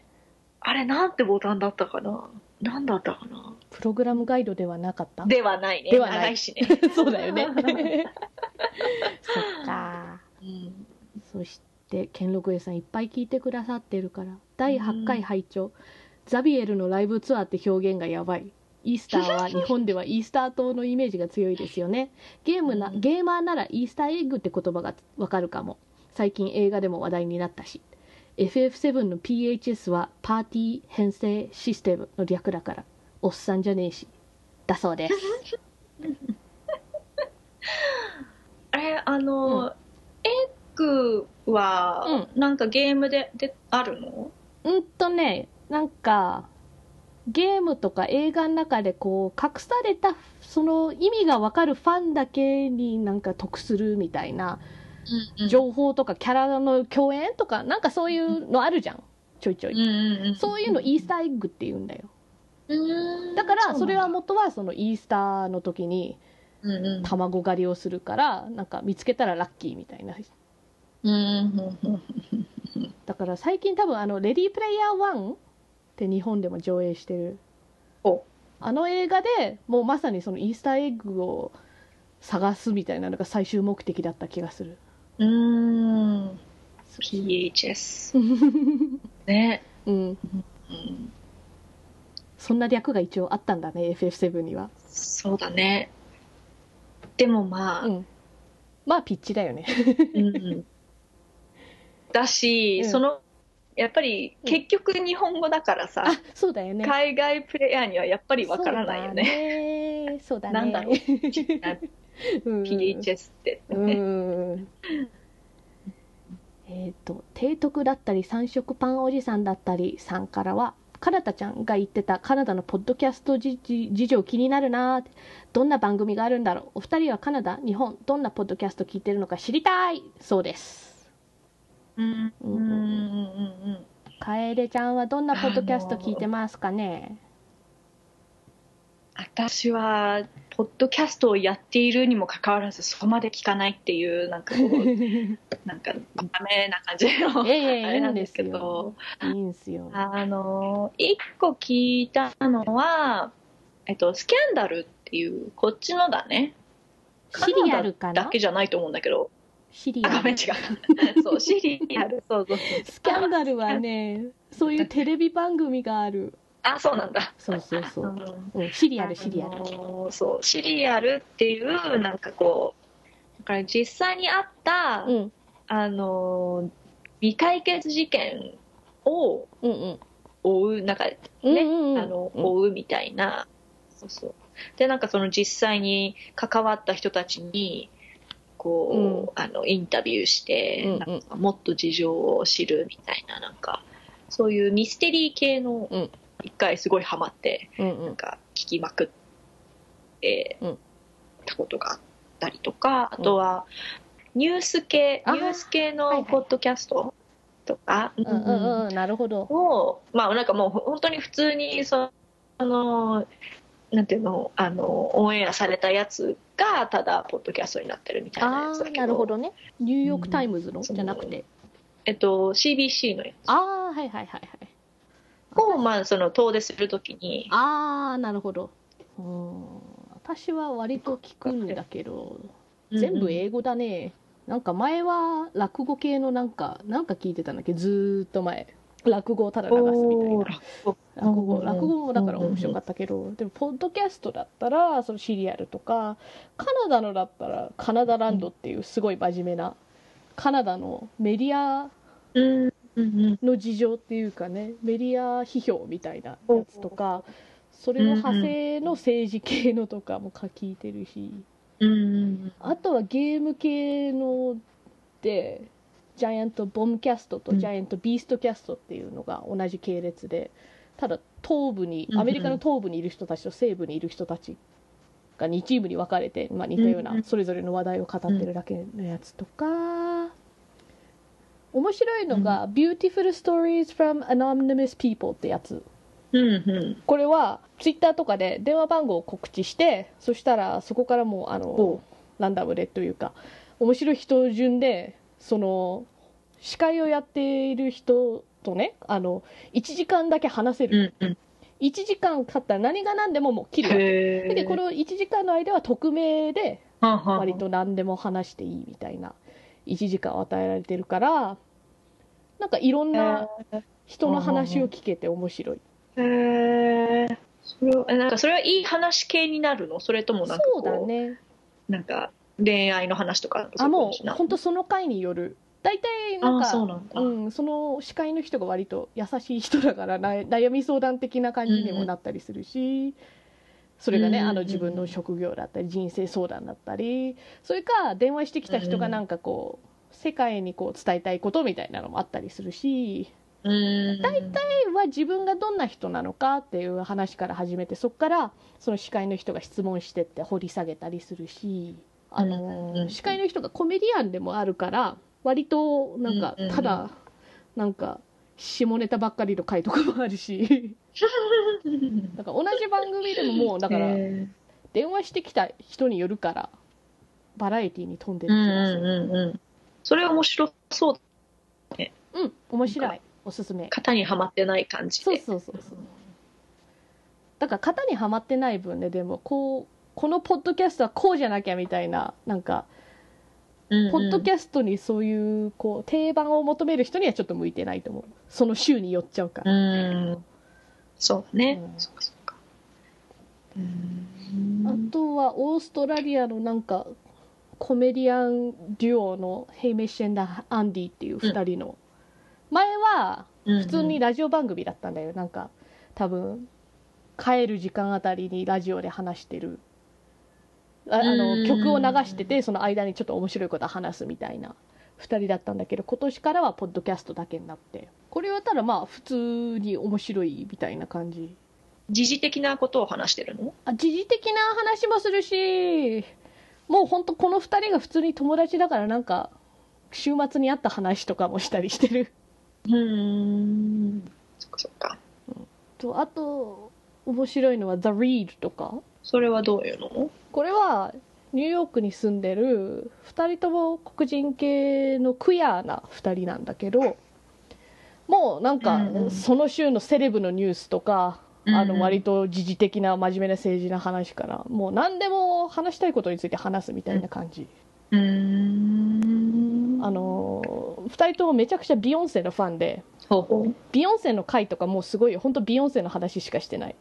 あれ、なんてボタンだったかななんだったかな
プログラムガイドではなかった
ではないね。
ではない
長い しね。
そうだよね。そっか。
うん
そして、兼六園さんいっぱい聞いてくださってるから。第8回拝聴、ザビエルのライブツアーって表現がやばい。イースターは日本ではイースター島のイメージが強いですよね。ゲームな、
うん
ゲーマーならイースターエッグって言葉がわかるかも。最近映画でも話題になったし。FF7 の PHS はパーティー編成システムの略だから。おっさんじゃねえし。だそうです。
あれ、あの、エッグは、なんかゲームで、で、あるの
うんとねなんかゲームとか映画の中でこう隠されたその意味がわかるファンだけになんか得するみたいな情報とかキャラの共演とかなんかそういうのあるじゃんちょいちょ
う
い、
んうんうん
そういうのイースターエッグって言うんだよ
うん
だからそれは
うなんだ
元はそのイースターの時に
うんうん
卵狩りをするからなんか見つけたらラッキーみたいな
うんうんうん
だから最近多分あの「レディープレイヤー1」って日本でも上映してる
お
あの映画でもうまさにそのイースターエッグを探すみたいなのが最終目的だった気がする
うんうん PHS ね
うん
うん
そんな略が一応あったんだね FF7 には
そうだね。でもまあ、
う
うん
まあピッチだよね
んだし、
うん
そのやっぱり
うん
結局日本語だからさ、
あそうだよね
海外プレイヤーにはやっぱりわからないよね。
そうだねそうだね
なんだろ う
うん
PHS って、
う
ね
ーんえっ、と、提督だったり、三色パンおじさんだったりさんからは、かなたちゃんが言ってたカナダのポッドキャストじじ事情気になるなーってどんな番組があるんだろうお二人はカナダ日本どんなポッドキャスト聞いてるのか知りたいそうです
うんうんうんうん
楓ちゃんはどんなポッドキャスト聞いてますかね
私はポッドキャストをやっているにもかかわらずそこまで聞かないっていうなんかこう
い
なんかダメな感じの
やいやい
あ
や
れ
いい
なんん
で
ですすけ
よ
ど
いいんですよ
あの一個聞いたのは、えっと、スキャンダルっていうこっちのだね
シリアルか
だ
な
けじゃないと思うんだけど
シリ
あ
ア
ごめん
ル
違 うそうシリアルそうそうそう
スキャンダルはねそういうテレビ番組がある
あそうなんだ
そうそうそううんうんシリアルシリア
あ
ル
のーそうシリアルっていうなんかこうだから実際にあった、
うん
あのー未解決事件を
うんうん
追うなんか
うん
ね
うんうん
あの
うん
追うみたいな、そうそうでなんかその実際に関わった人たちにこう、あのインタビューして、
うんうん
なんかもっと事情を知るみたいななんかそういうミステリー系の
うん
一回すごいハマって
うんう
なん
ん
か聞きまくって
うん
たことがあったりとかあとはニュース系
あー
ニュース系
はいは
の
い
ポッドキャストとか。
うんうんうんなるほど
を、まあ、なんかもう本当に普通にそあのなんていうのあのオンエアされたやつがただポッドキャストになってるみたいな
あ
やつだ
あ
けど
なるほどねニューヨーク・タイムズの、
そう
じゃなくて
えっと、CBC のやつ
ああはいはいはいはい
を、まあ、その遠出するときに
ああなるほどうーん私は割と聞くんだけど全部英語だね、なんか前は落語系のなんかなんか聞いてたんだっけずーっと前落語をただ流すみたいな
ー
落語
うん
落語もだから面白かったけど、でもポッドキャストだったらそのシリアルとかカナダのだったらカナダランドっていうすごい真面目なカナダのメディア
うんうんうん
の事情っていうかねメディア批評みたいなやつとかそれの派生の政治系のとかもか聞いてるし
うんうん
あとはゲーム系のでジャイアントボムキャストと
うん
ジャイアントビーストキャストっていうのが同じ系列でただ東部に
うんうん
アメリカの東部にいる人たちと西部にいる人たちが2チームに分かれて、まあ、似たよう
うんう
なんそれぞれの話題を語ってるだけのやつとか面白いのが「Beautiful Stories from Anonymous People」ってやつ
うんうん
これはツイッターとかで電話番号を告知してそしたらそこからもうあの
お
ランダムでというか面白い人順でその司会をやっている人とねあの1時間だけ話せる、
うんうん
1時間経ったら何が何でももう切る
へー
でこれを1時間の間は匿名で
はんはんはん
割と何でも話していいみたいな1時間を与えられてるからなんかいろんな人の話を聞けて面白い
へーそれはえなんかそれはいい話系になるのそれともなんかこ
そうだね
なんか恋愛の話とか
あも
そうい
本当
感
その回による大体
じ
なん
なあ
か
そうなんだ、
うん、その司会の人が割と優しい人だからな悩み相談的な感じにもなったりするし、それがね、
うんうん
あ
うん
の自分の職業だったり人生相談だったりそれか電話してきた人がなんかこう、世界にこう伝えたいことみたいなのもあったりするし
うん
例
大体
えば自分がどんな人なのかっていう話から始めてそこからその司会の人が質問してって掘り下げたりするし。あの
うん
司会の人がコメディアンでもあるから割となんか
うんうんうん
ただなんか下ネタばっかりの回とかもあるし なんか同じ番組でももうだから
へ
電話してきた人によるからバラエティに飛んで
ー
る
うん
気がする
うんうんうんそれ面白そう
うん面白
ない
おすすめ
型にはまってない感じ
そう
で
そうそうそうだから型にはまってない分ねでもこうこのポッドキャストはこうじゃなきゃみたいななんか
うんうん
ポッドキャストにそういうこう定番を求める人にはちょっと向いてないと思うその週によっちゃうから
うんそうだね、
うん
そうかそうかうん
あとはオーストラリアのなんかコメディアンデュオのヘイメッシェンダ・アンディっていう2人の、前は普通にラジオ番組だったんだよ、なんか多分帰る時間あたりにラジオで話してるああ
う
の
ん
曲を流しててその間にちょっと面白いこと話すみたいな2人だったんだけど今年からはポッドキャストだけになってこれはただまあ普通に面白いみたいな感じ
時事的なことを話してるの
あ時事的な話もするしもうほんとこの2人が普通に友達だからなんか週末に会った話とかもしたりしてる
うーんそっかそっか
とあと面白いのは「The Read」とか
それはどういうの
これはニューヨークに住んでる2人とも黒人系のクイアな2人なんだけどもうなんか
うんうん
その週のセレブのニュースとか、あの割と時事的な真面目な政治な話からもう何でも話したいことについて話すみたいな感じ、
うーん
あの2人ともめちゃくちゃビヨンセのファンで
ほうほう
ビヨンセの回とかもうすごい本当ビヨンセの話しかしてない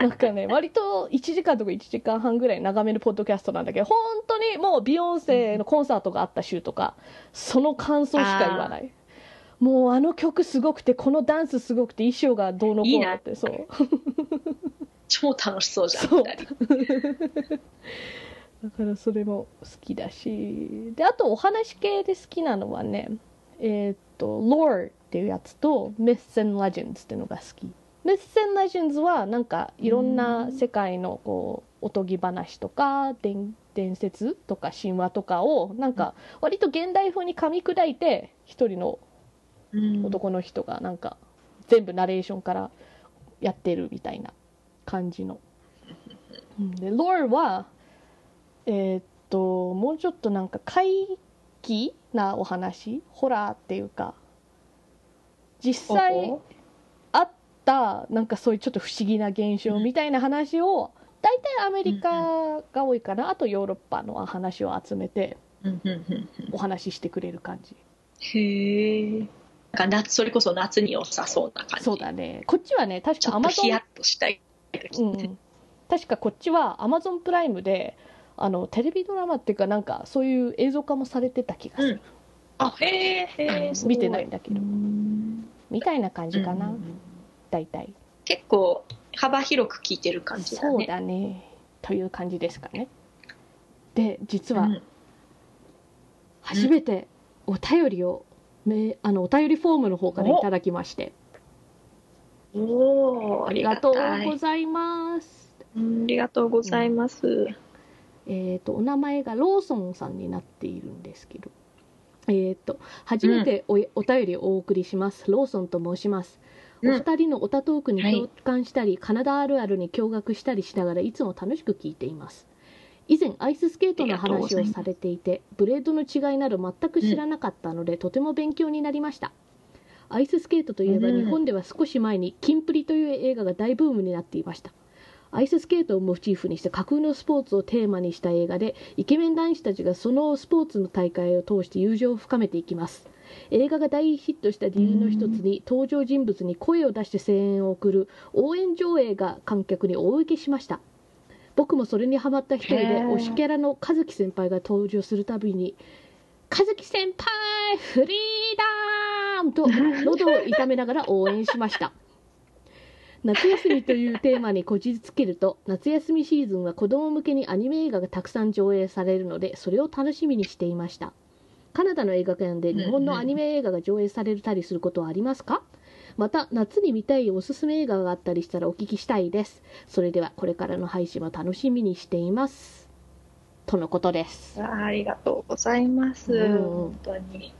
なんかね割と1時間とか1時間半ぐらい長めのポッドキャストなんだけど本当にもうビヨンセのコンサートがあった週とかその感想しか言わないもうあの曲すごくてこのダンスすごくて衣装がどうのこうのってそう
超楽しそうじゃん
そう
二人
だからそれも好きだしであとお話系で好きなのはねえーっと「Lore」っていうやつと「Myths and Legends」っていうのが好き Myths and Legends はなんかいろんな世界のこうおとぎ話とか伝伝説とか神話とかをなんか割と現代風に噛み砕いて一人の
うん
男の人がなんか全部ナレーションからやってるみたいな感じの。うんでロールはえーっともうちょっとなんか怪奇なお話ホラーっていうか実際
ほうほ
あったなんかそういうちょっと不思議な現象みたいな話を大体アメリカが多いかなあとヨーロッパの話を集めて
ううんうんうん
お話ししてくれる感じ。
へえんか夏それこそ夏に良さそうな感じ
そうだねこっちはね確
ち
か
ょ
ア
っ
マ
と
ゾ
ヒ
ン
ヤッとしたい時
うん、確かこっちはアマゾンプライムであのテレビドラマっていうかなんかそういう映像化もされてた気がする、
あへえへえすご
見てないんだけど、
うん
みたいな感じかな、大体
結構幅広く聞いてる感じだね
そうだねという感じですかねで実
う
は
ん
初めてお便りを、めあのお便りフォームの方からいただきまして
おお
あ
あ
り
り
が
が
とう
たい
ございます
うんありがとうございます、
えー、とお名前がローソンさんになっているんですけど、えー、と初めてお,、お便りをお送りしますローソンと申しますお
うん
二人のオタトークに
はい
共感したり、カナダあるあるに驚愕したりしながらいつも楽しく聞いています以前アイススケートの話
ありがとうござ
を
います
されていてブレードの違いなど全く知らなかったので、とても勉強になりましたアイススケートといえば
う
日
ん
本では少し前に「キンプリ」という映画が大ブームになっていましたアイススケートをモチーフにした架空のスポーツをテーマにした映画でイケメン男子たちがそのスポーツの大会を通して友情を深めていきます映画が大ヒットした理由の一つに登場人物に声を出して声援を送る応援上映が観客に大受けしました僕もそれにハマった一人で
へー
推しキャラの和樹先輩が登場するたびに「和樹先輩フリーダーム!」と喉を痛めながら応援しました夏休みというテーマにこじつけると夏休みシーズンは子供向けにアニメ映画がたくさん上映されるのでそれを楽しみにしていましたカナダの映画館で日本のアニメ映画が上映されたりすることはありますかまた夏に見たいおすすめ映画があったりしたらお聞きしたいですそれではこれからの配信も楽しみにしていますとのことです
わあありがとうございます、
うん
本当に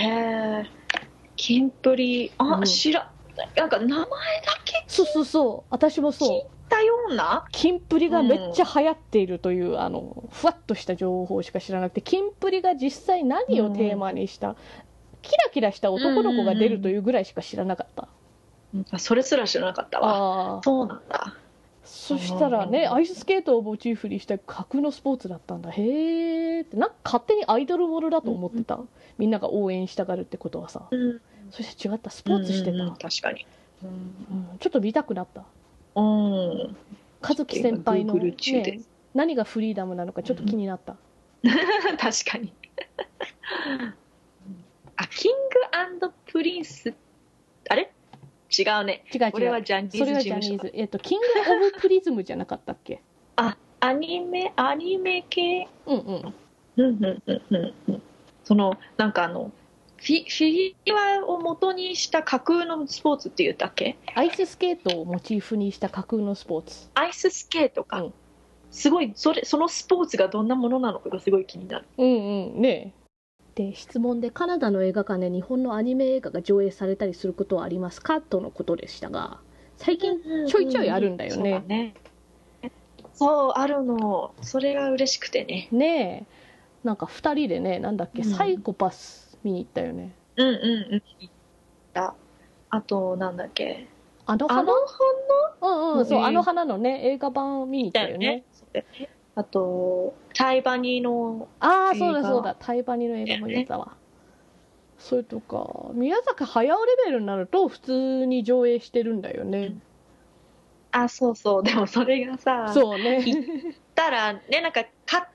へえキンプリあ、
うん
知らなんか名前だけ
そうそうそう私も
聞い
そう
たような
キンプリがめっちゃ流行っているという、あのふわっとした情報しか知らなくてキンプリが実際何をテーマにした、キラキラした男の子が出るというぐらいしか知らなかった、
あそれすら知らなかったわ
ああ
そうなんだ
そしたらね
うん
アイススケートをモチーフにした架空のスポーツだったんだへえってなんか勝手にアイドルものだと思ってた、みんなが応援したがるってことはさ
うん
そして違ったスポーツしてた、
う
うんん
うんうん確かに
ちょっと見たくなった
うん、うん、
和樹先輩の、
ちょっと今 Google 中で
ね、何がフリーダムなのかちょっと気になった、
確かにあキングプリンスあれ違うね
違う違う
これはジャニーズ
それは
事
ジャ
務所
ニー
だ
ズ、えっとキング・オブ・プリズムじゃなかったっけ
あアニメアニメ系
うんうん
うんうんうんうんうんそのなんかあのフィフィギュアを元にした架空のスポーツっていうだけ
アイススケートをモチーフにした架空のスポーツ
アイススケートか、
うん
すごいそれそのスポーツがどんなものなのかがすごい気になる
うんうんね
で質問でカナダの映画館で日本のアニメ映画が上映されたりすることはありますかとのことでしたが最近
ちょいちょいあるんだよ
そうだ
ね
ねそうあるのそれが嬉しくてね
ねえなんか2人でねなんだっけ、
うん
サイコパス見に行ったよね
うんうんうんだあとなんだっけ
あの
あ
花
の
うんうんそう、
うん
あの花のね映画版見に行った
だ
よ
よ
ね
ねあとタイバニーの
ああそう
映
だ
画
そうだタイバニの映画もやったわそれとか宮崎駿レベルになると普通に上映してるんだよね、
あそうそうでもそれがさ
そうね
いたらねなんか勝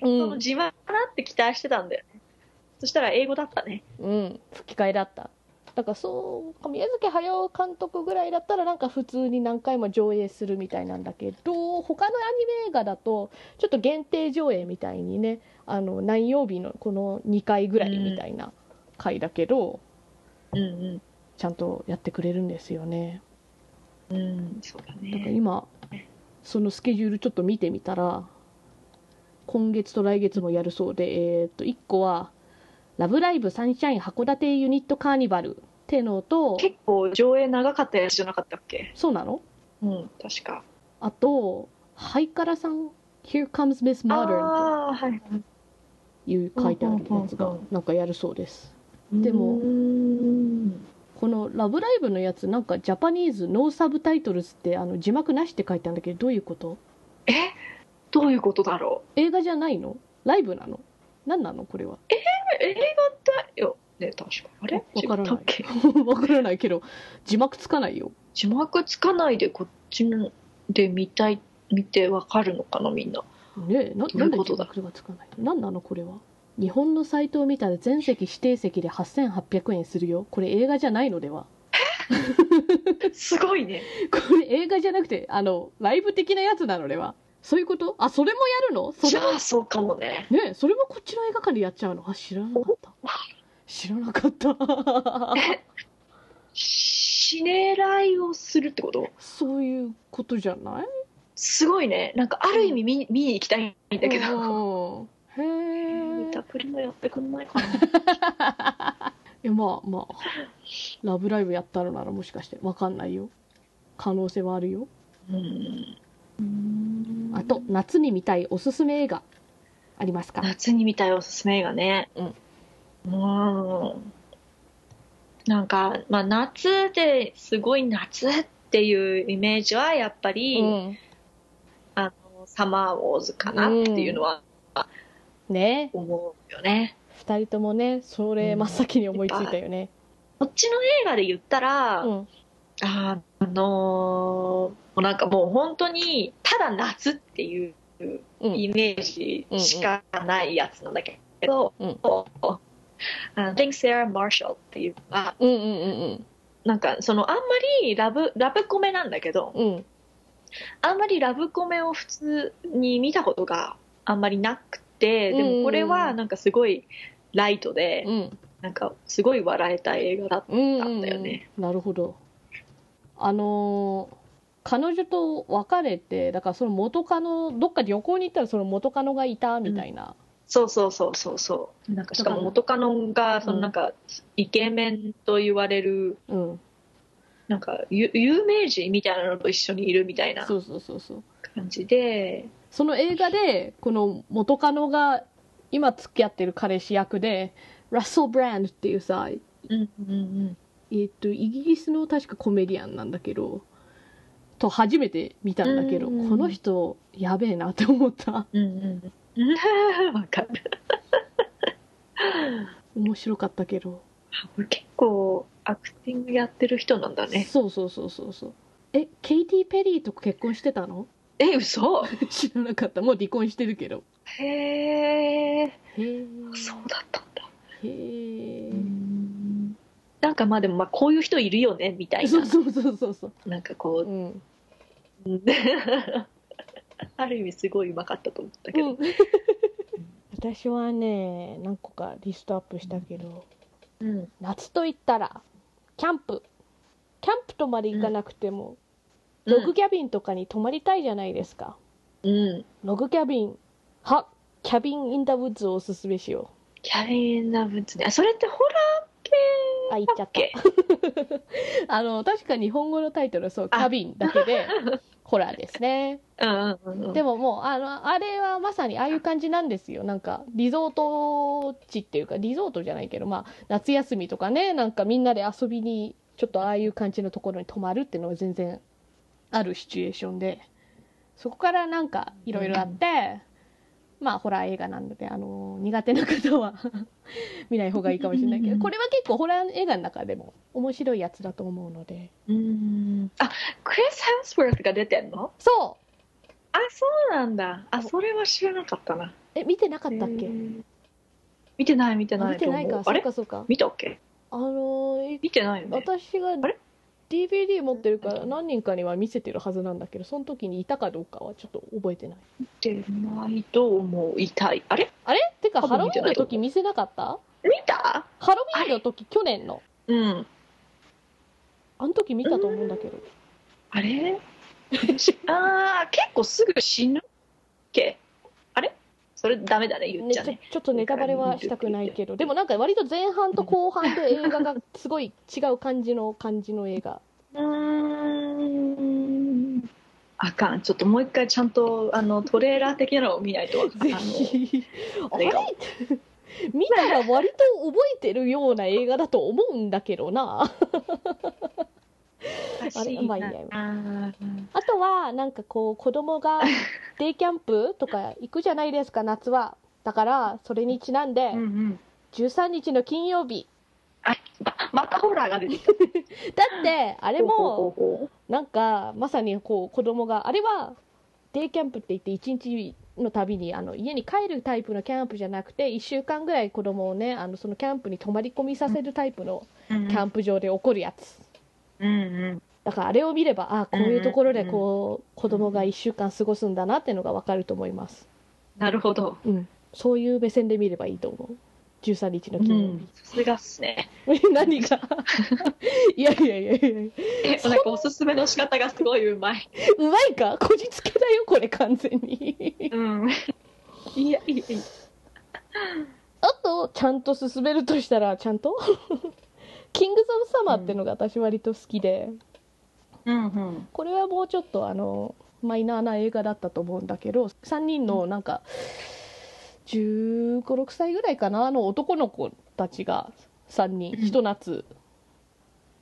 手に
う
その
ん、
自慢だって期待してたんだよね、そしたら英語だったね
うん、吹き替えだっただからそう宮崎駿監督ぐらいだったらなんか普通に何回も上映するみたいなんだけど他のアニメ映画だとちょっと限定上映みたいにねあの何曜日のこの2回ぐらいみたいな回だけど、
うん
ちゃんとやってくれるんですよね
うんうんそうだ
だから
ね
今そのスケジュールちょっと見てみたら今月と来月もやるそうで、えーっと1個は「ラブライブサンシャイン函館ユニットカーニバル」ってのと
結構上映長かったやつじゃなかったっけ
そうなの
うん確か
あとハイカラさん「Here Comes Miss Modern」っ
ああは
て
い
いう書いてあるやつ
うん
が
うんうん
なんかやるそうですでも
うーん
この「ラブライブ」のやつなんかジャパニーズノーサブタイトルズってあの字幕なしって書いてあるんだけどどういうこと
えどういうことだろ
映画じゃないのライブなの何なのこれは
う映画だよね確かあれ
わからない
違ったっけ
分からないけど字幕つかないよ
字幕つかないでこっちので見たい見てわかるのかなみんな
ねえな
どう
ないん
う
で
こ
字
とだ
幕がつかない何なのこれは日本のサイトを見たら全席指定席で8800円するよこれ映画じゃないのでは
すごいね
これ映画じゃなくてあのライブ的なやつなのではそういうことあそれもやるのそ
じ
れ
ゃ
も
あそうかもね
ねえそれもこっちの映画館でやっちゃうのあ知らなかった知らなかった
シネライをするってこと
そういうことじゃ ない
すごいねなんかある意味見,、見に行きたいんだけど
どへ
見
え
たプリもやってくんな いかな
いやまあまあ「ラブライブ!」やったのならもしかしてわかんないよ可能性はあるよ
うん
あと夏に見たいおすすめ映画ありますか
夏に見たいおすすめ映画ね
うん
うんなんか、まあ、夏ですごい夏っていうイメージはやっぱり、
うん
あのサマーウォーズかなっていうのは
ね
思うよね、
二人ともねそれ真っ先に思いついたよね
こっちの映画で言ったら、
うん
あのーもうなんかもう本当にただ夏っていう
うん
イメージしかないやつなんだけど、
うんうん
あの Think Sarah Marshall っていうのは
うんうんうん
なんかそのあんまりラブラブコメなんだけど
うんうん
あんまりラブコメを普通に見たことがあんまりなくてでもこれはなんかすごいライトで、
うん
なんかすごい笑えた映画だっ
うん
だ
う
っ
ん
たよね
なるほどあのー彼女と別れてだからその元カノどっか旅行に行ったらその元カノがいたみたいな、
そうそうそうそうそうなんかしかも元カノがそのなんかイケメンと言われる
うん
なんかゆ有名人みたいなのと一緒にいるみたいな
そうそうそうそう
感じで
その映画でこの元カノが今付き合ってる彼氏役でラッソル・ブランドっていうさ、
うんうんうん
えっとイギリスの確かコメディアンなんだけどと初めて見たんだけど、
うんうんうん
この人やべえなって思った
うんうん わかる
面白かったけど、
あこれ結構アクティングやってる人なんだね
そうそうそうそうそうえケイティ・ペリーと結婚してたの
え嘘
知らなかったもう離婚してるけど
へえ
へえ
そうだったんだ
へえ
なんかまあでもまあこういう人いるよねみたい
そう
な
そうそうそうそう
なんかこう
うん、
ある意味すごいうまかったと思ったけ
う
ど、
ん、私はね何個かリストアップしたけど、
うん、
夏といったらキャンプキャンプとまで行かなくても、ログキャビンとかに泊まりたいじゃないですか、
うん、
ログキャビンはキャビン・イン・ダ・ウッズをおすすめしよ
キャビン・ダブツねあそれってホラー系
うあ言っちゃ
だ
っ
ったけ
あの確か日本語のタイトルはそうキ
あ
ャビンだけでホラーですね
うんうんうんうん
でももうあのあれはまさにああいう感じなんですよなんかリゾート地っていうかリゾートじゃないけどまあ夏休みとかねなんかみんなで遊びにちょっとああいう感じのところに泊まるっていうのは全然あるシチュエーションでそこからなんかいろいろあって、まあホラー映画なんであの苦手な方は 見ない方がいいかもしれない けどこれは結構ホラー映画の中でも面白いやつだと思うので
うんあクリス・ハムスワースが出てんの
そう
あそうなんだあそれは知らなかったな
え見てなかったっけ、
へー見てない見て
あ
ない
見てない
と
か
思う
そ
あ
う
れ
かそうか
見たっけ
あのー
見てないよね
私が
あれ
DVD 持ってるから何人かには見せてるはずなんだけどその時にいたかどうかはちょっと覚えてない
見てないと思う痛いあれ
あれてか
多
ハ
分
ロウィ
見て
ンの
ないと思う
時見せなかった
見た
ハロウィンの時去年の
うん
あの時見たと思うんだけど
あれ ああ結構すぐ死ぬっけあれそれダメだね言っ
ね
ち
ち
ゃ
ょ
ね
ちょっとネタバレはしたくないけどでもなんか割と前半と後半で映画がすごい違う感じの感じの映 画
うーんあかんちょっともう一回ちゃんとあのトレーラー的なのを見ない とあ
ぜ
の
ひあ
あ
れ
れ
見たら割と覚えてるような映画だと思うんだけどなあれまあいいや
あ
あとはなんかこう子供 がデイキャンプとか行くじゃないですか夏はだからそれにちなんで
ーうんうん
13日の金曜日
ままたホラーが出てきた
だってあれも
ほうほうほ
なんかまさにこう子供があれはデイキャンプって言って1日のたびにあの家に帰るタイプのキャンプじゃなくて1週間ぐらい子供をねあのそのキャンプに泊まり込みさせるタイプの
ううん
キャンプ場で起こるやつ
うんうん
だからあれを見ればああこういうところでこう子供が1週間過ごすんだなっていうのが分かると思います
なるほど
うん、そういう目線で見ればいいと思う13日の
う
金曜
んさすがっす ね
日、 何がいやいやいやいやう
えなんかおすすめの仕方がすごいうまい
まいかこじつけだよこれ完全に
うんいやいやいや
あとちゃんと進めるとしたらちゃんと キングズ・オブ・サマーってのが私割と好きで、
うんうん
これはもうちょっとあのマイナーな映画だったと思うんだけど3人のなんか1 5 6歳ぐらいかなあの男の子たちが3人
うん
ひと夏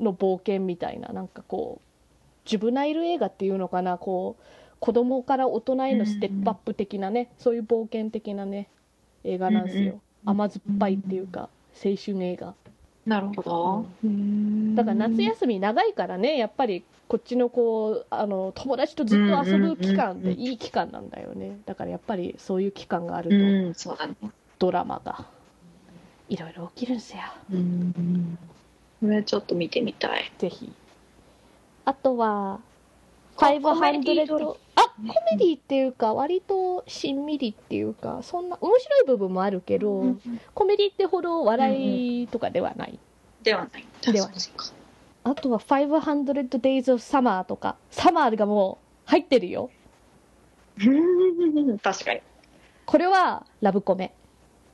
の冒険みたいななんかこうジュブナイル映画っていうのかなこう子供から大人へのステップアップ的なねそういう冒険的なね映画なんです
うんうん
よ甘酸っぱいっていうか青春映画
なるほど
だから夏休み長いからねやっぱりこっちのこうあの友達とずっと遊ぶ期間って
うんうんうんうん
いい期間なんだよねだからやっぱりそういう期間がある
う
と、
んそうだね
ドラマがいろいろ起きるんすよ
うんこれちょっと見てみたい
ぜひあとは
コメディドラ
500あコメディっていうか割としんみりっていうかそんな面白い部分もあるけど、コメディってほど笑いとかではない、
ではない
ではない
確か
あとは500 days of summer とかサマーがもう入ってるよ
うん確かに
これはラブコメ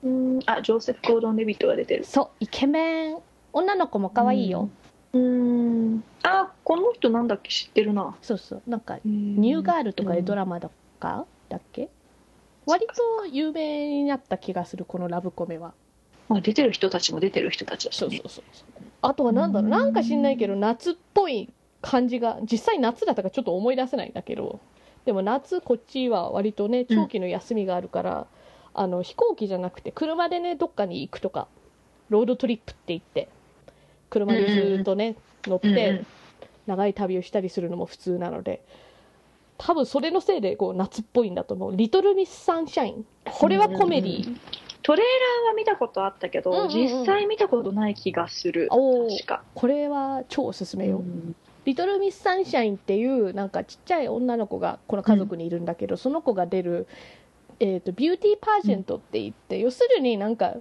うんあジョーセフ・ゴードン・レビットが出てる
そうイケメン女の子も可愛いよ、
うんあこの人なんだっけ知ってるな
そうそうなんかニ
ニ
ューガールとかでド
ラ
ラマとか、だっけ割と有名になった気がするこのラブコメは
まあ出てる人たちも出てる人たちだし
そうそ
ね
うそうそうあとはなんだろう
うん
なんか知んないけど夏っぽい感じが実際夏だったかちょっと思い出せないんだけどでも夏こっちは割とね長期の休みがあるから、あの飛行機じゃなくて車でねどっかに行くとかロードトリップって言って車でずーっとね、乗って、
うん
長い旅をしたりするのも普通なので多分それのせいでこう夏っぽいんだと思う「リトル・ミス・サンシャイン」これはコメディ、
うんうんトレーラーは見たことあったけど、
うんうんうん
実際見たことない気がする
おー
確か
これは超おすすめよ、
うん
リトル・ミス・サンシャイン」っていうなんかちっちゃい女の子がこの家族にいるんだけど、その子が出るえー、とビューティーパージェントって言って、要するになんか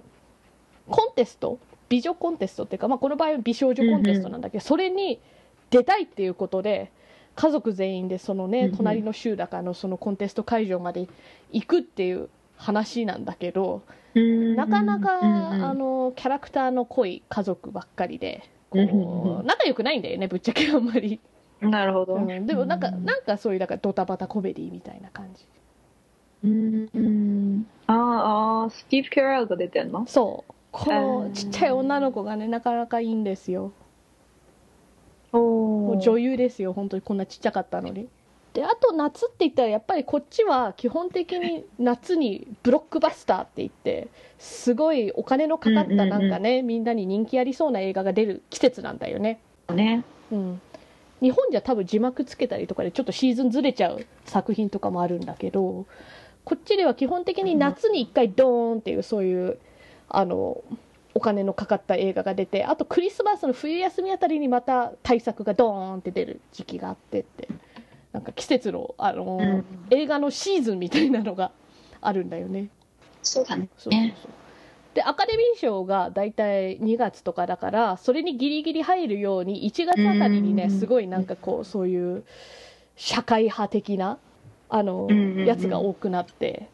コンテスト美女コンテストっていうか、まあ、この場合は美少女コンテストなんだけど、それに出たいっていうことで家族全員でその、ね
うんうん
隣の州だからのそのコンテスト会場まで行くっていう話なんだけど、な
な
かなか、あ
あの
のキャラクターの濃い家族ばっかりで。
うんうん
こ
う
う仲良くないんだよねぶっちゃけあんまり、
なるほど。
うんでもなんか
うん
なんかそういうなんかドタバタコメディみたいな感じ
うんうんあーあー、スティーブ・キャラルが出てんの
そうこ
う
の
ん
ちっちゃい女の子がねなかなかいいんですよも
お
う女優ですよ本当にこんなちっちゃかったのにであと夏って言ったらやっぱりこっちは基本的に夏にブロックバスターって言ってすごいお金のかかったなんかね、みんなに人気ありそうな映画が出る季節なんだよね
ね。
うん日本じゃ多分字幕つけたりとかでちょっとシーズンずれちゃう作品とかもあるんだけどこっちでは基本的に夏に1回ドーンっていうそういうあのお金のかかった映画が出てあとクリスマスの冬休みあたりにまた大作がドーンって出る時期があってってなんか季節のあの、
うん
映画のシーズンみたいなのがあるんだよね。
そうだね。
そうそうそうでアカデミー賞が大体2月とかだからそれにギリギリ入るように1月あたりにね
うん
すごいなんかこうそういう社会派的なあの
うんうんうん
やつが多くなって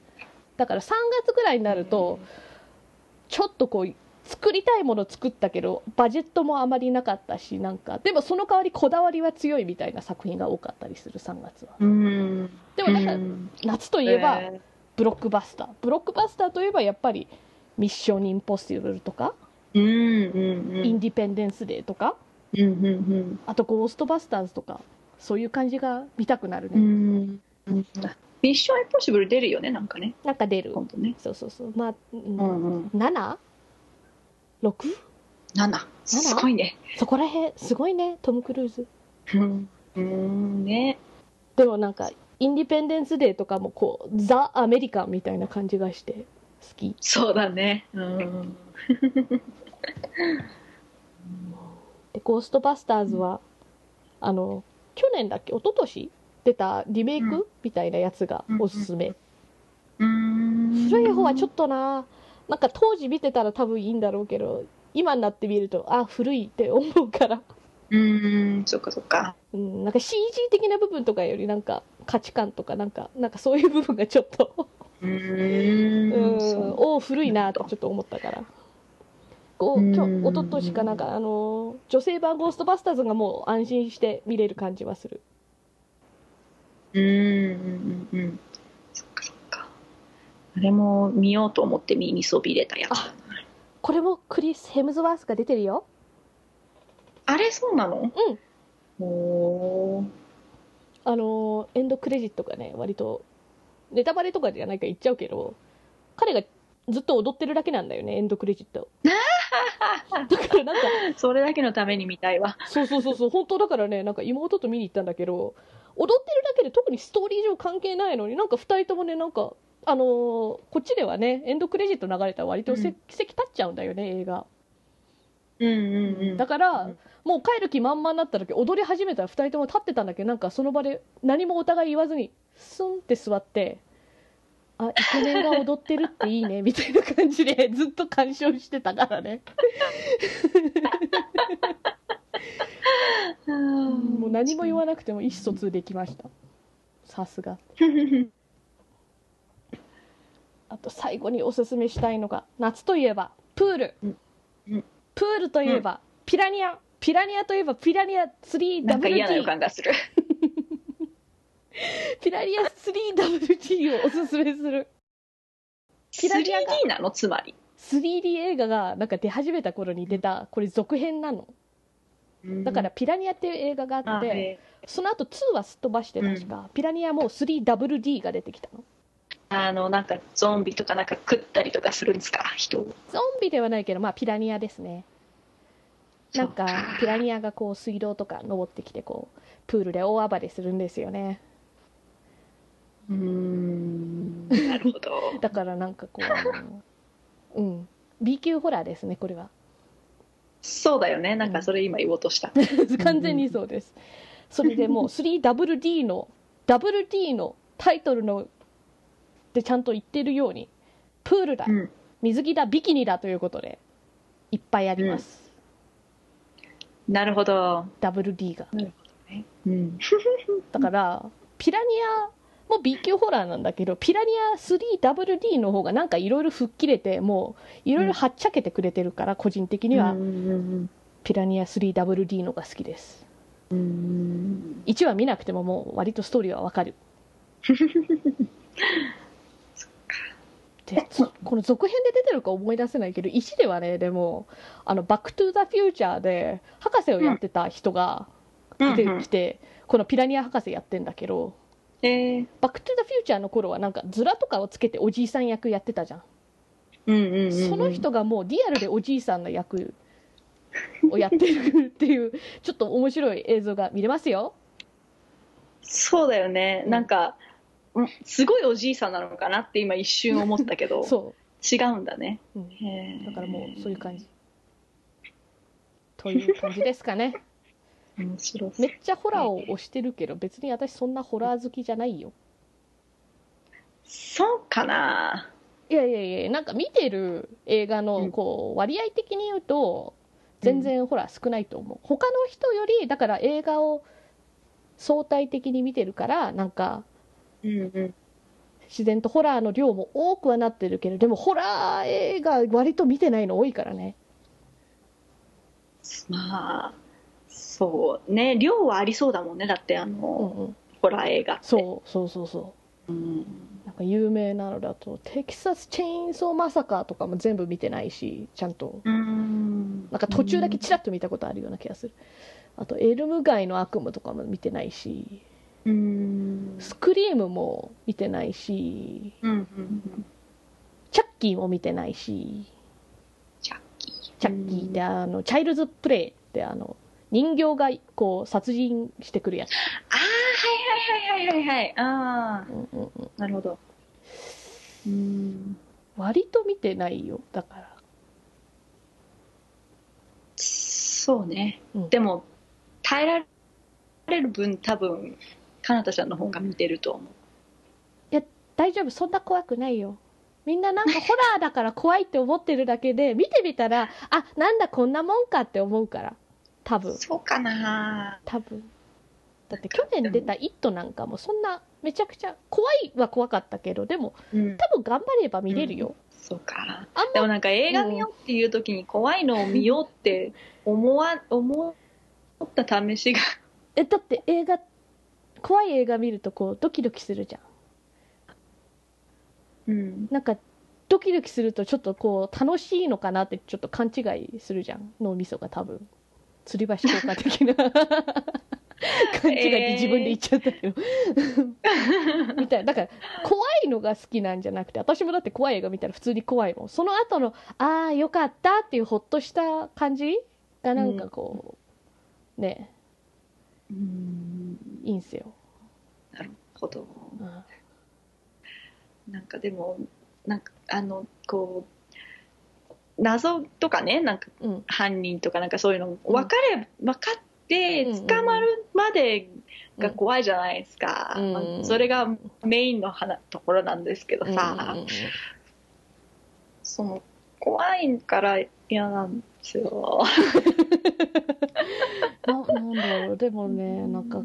だから3月ぐらいになるとちょっとこう作りたいもの作ったけどバジェットもあまりなかったしなんかでもその代わりこだわりは強いみたいな作品が多かったりする3月は
うん。
でもな
うん
か
ん
夏といえば、
え
ブロックバスターブロックバスターといえばやっぱり「ミッション・インポッシブル」とか、
ーうんうんうん。
インディペンデンス・デー」とか
うんうん
あと「ゴーストバスターズ」とかそういう感じが見たくなるね、
うん。うん。ミッション・インポッシブル出るよね、なんかね。
なんか出る
今度ね。
そうそうそうまあ、うん
うんうん。
7 6?
7。すごいね。
そこら辺すごいねトム・クルーズ
うん。うんね。
でもなんかインディペンデンス・デーとかもこうザ・アメリカンみたいな感じがして好き
そうだね。うん。
で「ゴーストバスターズは」あの去年だっけ一昨年出たリメイク、
うん
みたいなやつがおすすめ、
うん
古い方はちょっとななんか当時見てたら多分いいんだろうけど今になってみるとあ古いって思うから、
うん、そっかそっか。
うん、なんか CG 的な部分とかよりなんか価値観とかなんかなんかそういう部分がちょっと
う
うん
ん。そう
おー古いなとちょっと思ったから。こう
うん
今日一昨年かなんかあのー女性版「ゴーストバスターズ」がもう安心して見れる感じはする
うんうんうんうん。そっかそっか。あれも見ようと思って見にそびれたやつ。
あこれもクリス・ヘムズワースが出てるよ
あれそうなの。
うん
おー
あのーエンドクレジットがね割とネタバレとかじゃないから言っちゃうけど彼がずっと踊ってるだけなんだよねエンドクレジッ トだからなんか
それだけのために見たいわ。
そうそうそうそう本当だからねなんか妹と見に行ったんだけど踊ってるだけで特にストーリー上関係ないのになんか2人ともねなんかあのーこっちではねエンドクレジット流れたら割とせ、
うん
席立っちゃうんだよね映画
うんうんうん。
だ
だ
から、
うん
もう帰る気満々になった時踊り始めたら2人とも立ってたんだけどなんかその場で何もお互い言わずにスンって座って「あイケメンが踊ってるっていいね」 みたいな感じでずっと鑑賞してたからねもう何も言わなくても意思疎通できましたさすが
ない。
あと最後におすすめしたいのが夏といえばプール、
うんうん
プールといえばピラニアピラニアといえばピラニア 3WT
なんか嫌な予感がする。
ピラニア 3WT をおすすめするキラキラが
3D なのつまり。
3D 映画がなんか出始めた頃に出たこれ続編なのだから「ピラニア」っていう映画があ
あ、
って、
え
その後2はすっ飛ばして確か、ピラニアも 3WD が出てきたの
ーあのなんかゾンビとかなんか食ったりとかするんですか人を。
ゾンビではないけどまあピラニアですねなんか
そうか
ピラニアがこう水道とか登ってきてこうプールで大暴れするんですよね
うーん。なるほど。
だからなんかこうあのうん B 級ホラーですねこれは
そうだよね。なんかそれ今言おうとした。
完全にそうです、それでもう 3WD の WD のタイトルのでちゃんと言ってるようにプールだ、
うん
水着だビキニだということでいっぱいあります、
なるほど。
WD が
うん。
だからピラニアも B 級ホラーなんだけどピラニア 3WD の方がなんかいろいろ吹っ切れてもういろいろはっちゃけてくれてるから、個人的には
うん
ピラニア 3WD のが好きです
うんうん。
1話見なくてももう割とストーリーはわ かるでつこの続編で出てるか思い出せないけど1ではねでもあの「バック・トゥ・ザ・フューチャー」で博士をやってた人が出てきて、このピラニア博士やってんだけど
えー
「バック・トゥ・ザ・フューチャー」の頃はなんかズラとかをつけておじいさん役やってたじゃん
うんうんうんうん
その人がもうリアルでおじいさんの役をやってるって いうちょっと面白い映像が見れますよ
そうだよねなんかうんすごいおじいさんなのかなって今一瞬思ったけど
そ
違うんだね
う、うん、
へー
だからもうそういう感じ。という感じですかね。
面白そ
め
う
っちゃホラーを推してるけど、別に私そんなホラー好きじゃないよ。
そうかない
やいやいや、なんか見てる映画
う
の
ん
こう割合的に言うと、全然ホラー少ないと思う。他の人より、だから映画を相対的に見てるから、なんか
うんうん
自然とホラーの量も多くはなってるけど、でもホラー映画割と見てないの多いからね。
まあそうね量はありそうだもんねだってあ
う
の、
んうん。
ホラー映画って
そうそうそうそう。
うん、
なんか有名なのだと「テキサス・チェーンソー・マサカー」とかも全部見てないしちゃんと
うん、
なんか途中だけちらっと見たことあるような気がするあと「エルム街の悪夢」とかも見てないし
うん、
「スクリーム」も見てないし
うんうんうん、
「チャッキー」も見てないし
チャッキー
「チャッキー」ってあの「チャイルズ・プレイ」ってあの人形がこう殺人してくるやつ、
ああはいはいはいはいはいはいあ
う
あ
んうんうん、
なるほどうん
割と見てないよだから
そうね、
うん
でも耐えられる分多分かなたちゃんの方が見てると思う
大丈夫そんな怖くないよみんななんかホラーだから怖いって思ってるだけで見てみたらあなんだこんなもんかって思うから多分
そうかな
多分だって去年出た「イット!」なんかもそんなめちゃくちゃ怖いは怖かったけどでも
うん
多分頑張れば見れるよ、
そうか
あん
でもなんか映画見ようっていう時に怖いのを見ようって思わ思った試しが
えだって映画怖い映画見るとこうドキドキするじゃん
うん
なんかドキドキするとちょっとこう楽しいのかなってちょっと勘違いするじゃん脳みそが多分吊り橋効果的な勘違いって自分で言っちゃったけど、みたいなだから怖いのが好きなんじゃなくて私もだって怖い映画見たら普通に怖いもんその後の「ああよかった」っていうほっとした感じがなんかこう、ね
うん
いいんすよ、
なるほど
うん
なんかでもなんかあのこう謎とかねなんか
うん
犯人とかなんかそういうの
うん
分かれ、分かって
うんうんうん
捕まるまでが怖いじゃないですか、
うん
まあそれがメインの話ところなんですけど さ、
うんうんうん
その怖いから嫌なんですよ。
ななんだろうでもねなんか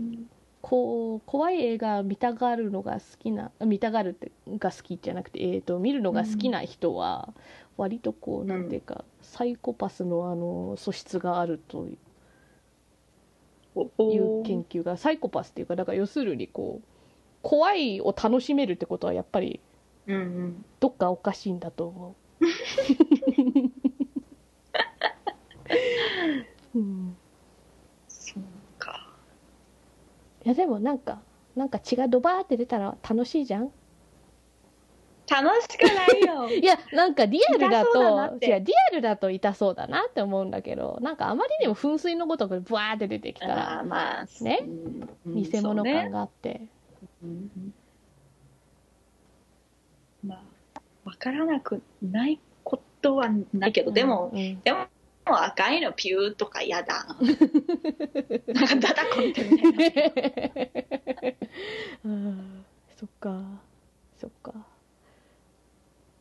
こう怖い映画見たがるのが好きな見たがるってが好きじゃなくて、えー、と見るのが好きな人は割とこう、
ん
なんていうかサイコパスのあの素質があるとい
お
う
お
研究がサイコパスっていうかだから要するにこう怖いを楽しめるってことはやっぱり
うんうん
どっかおかしいんだと思 う。うん
そうか
いやでもなんかなんか血がドバーって出たら楽しいじゃん
楽しくないよ
いや、なんかリアルだ
痛そうだな
と
っ、
い
て
や、リアルだと痛そうだなって思うんだけど、なんかあまりにも噴水のごとくブワーって出てきた
あ
ら
ー、まあ
ね
うんうん
偽
そ
物
うね
感があって。
うんまあ分からなくないことはないけど、でも
うん、うん
でも赤いのピューとか嫌だなんかダダこってみたいな
うんそっか、そっか。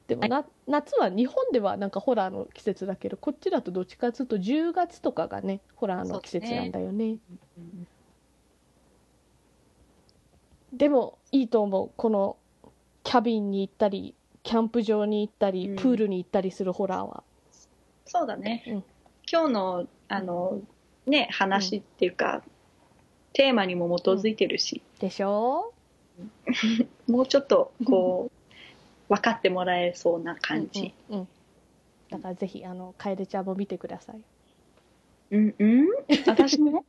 でもな、夏は日本ではなんかホラーの季節だけどこっちだとどっちかというと10月とかがねホラーの季節なんだよね
うん
でもいいと思うこのキャビンに行ったりキャンプ場に行ったり、
うん
プールに行ったりするホラーは
そうだね、
うん
今日のあの、ね、話っていうか、テーマにも基づいてるし、
でしょ
もうちょっと こう分かってもらえそうな感じ。
うんうんうんだからぜひあのカエルちゃんも見てください、
うん、うん、私も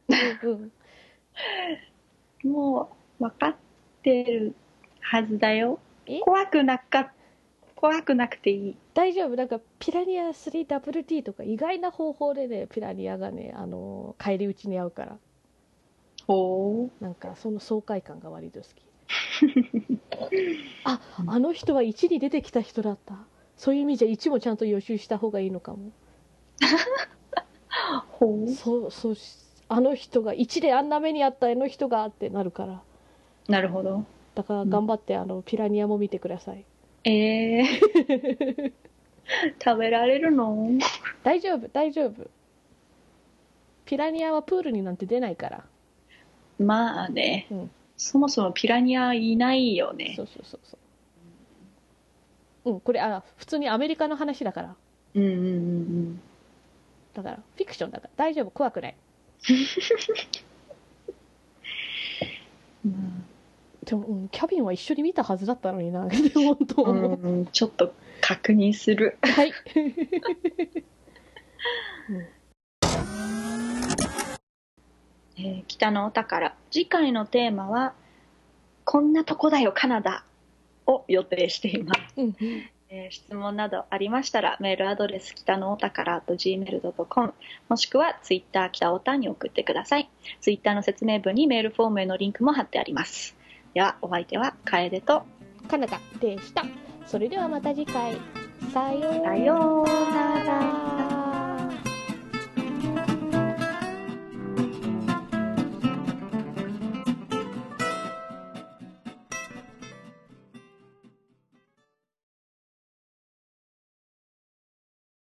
うん、
もう分かってるはずだよ
え
怖くなか怖くなくていい。
大丈夫なんかピラニア 3WT とか意外な方法でねピラニアがねあの返り討ちに遭うから
ほ
なんかその爽快感が割と好き ああの人は1に出てきた人だったそういう意味じゃ1もちゃんと予習した方がいいのかも
うほ
そうそうしあの人が1であんな目にあったあの人がってなるから
うなるほど。
だから頑張って、あのピラニアも見てください
えー、 食べられるの
大丈夫大丈夫ピラニアはプールになんて出ないから
まあね、
うん
そもそもピラニアいないよね
そうそうそうそううんこれあ普通にアメリカの話だから
うんうんうん
だからフィクションだから大丈夫怖くない
うん
でも、うん、キャビンは一緒に見たはずだったのに なでも本当、
うんうんちょっと確認する
はい、
えー北のお宝次回のテーマは「こんなとこだよカナダ」を予定しています、
うん、
えー質問などありましたらメールアドレス北のお宝 .gmail.com もしくはツイッター北おたに送ってくださいツイッターの説明文にメールフォームへのリンクも貼ってありますではお相手は楓と
カナダでしたそれではまた次回さよう
さよう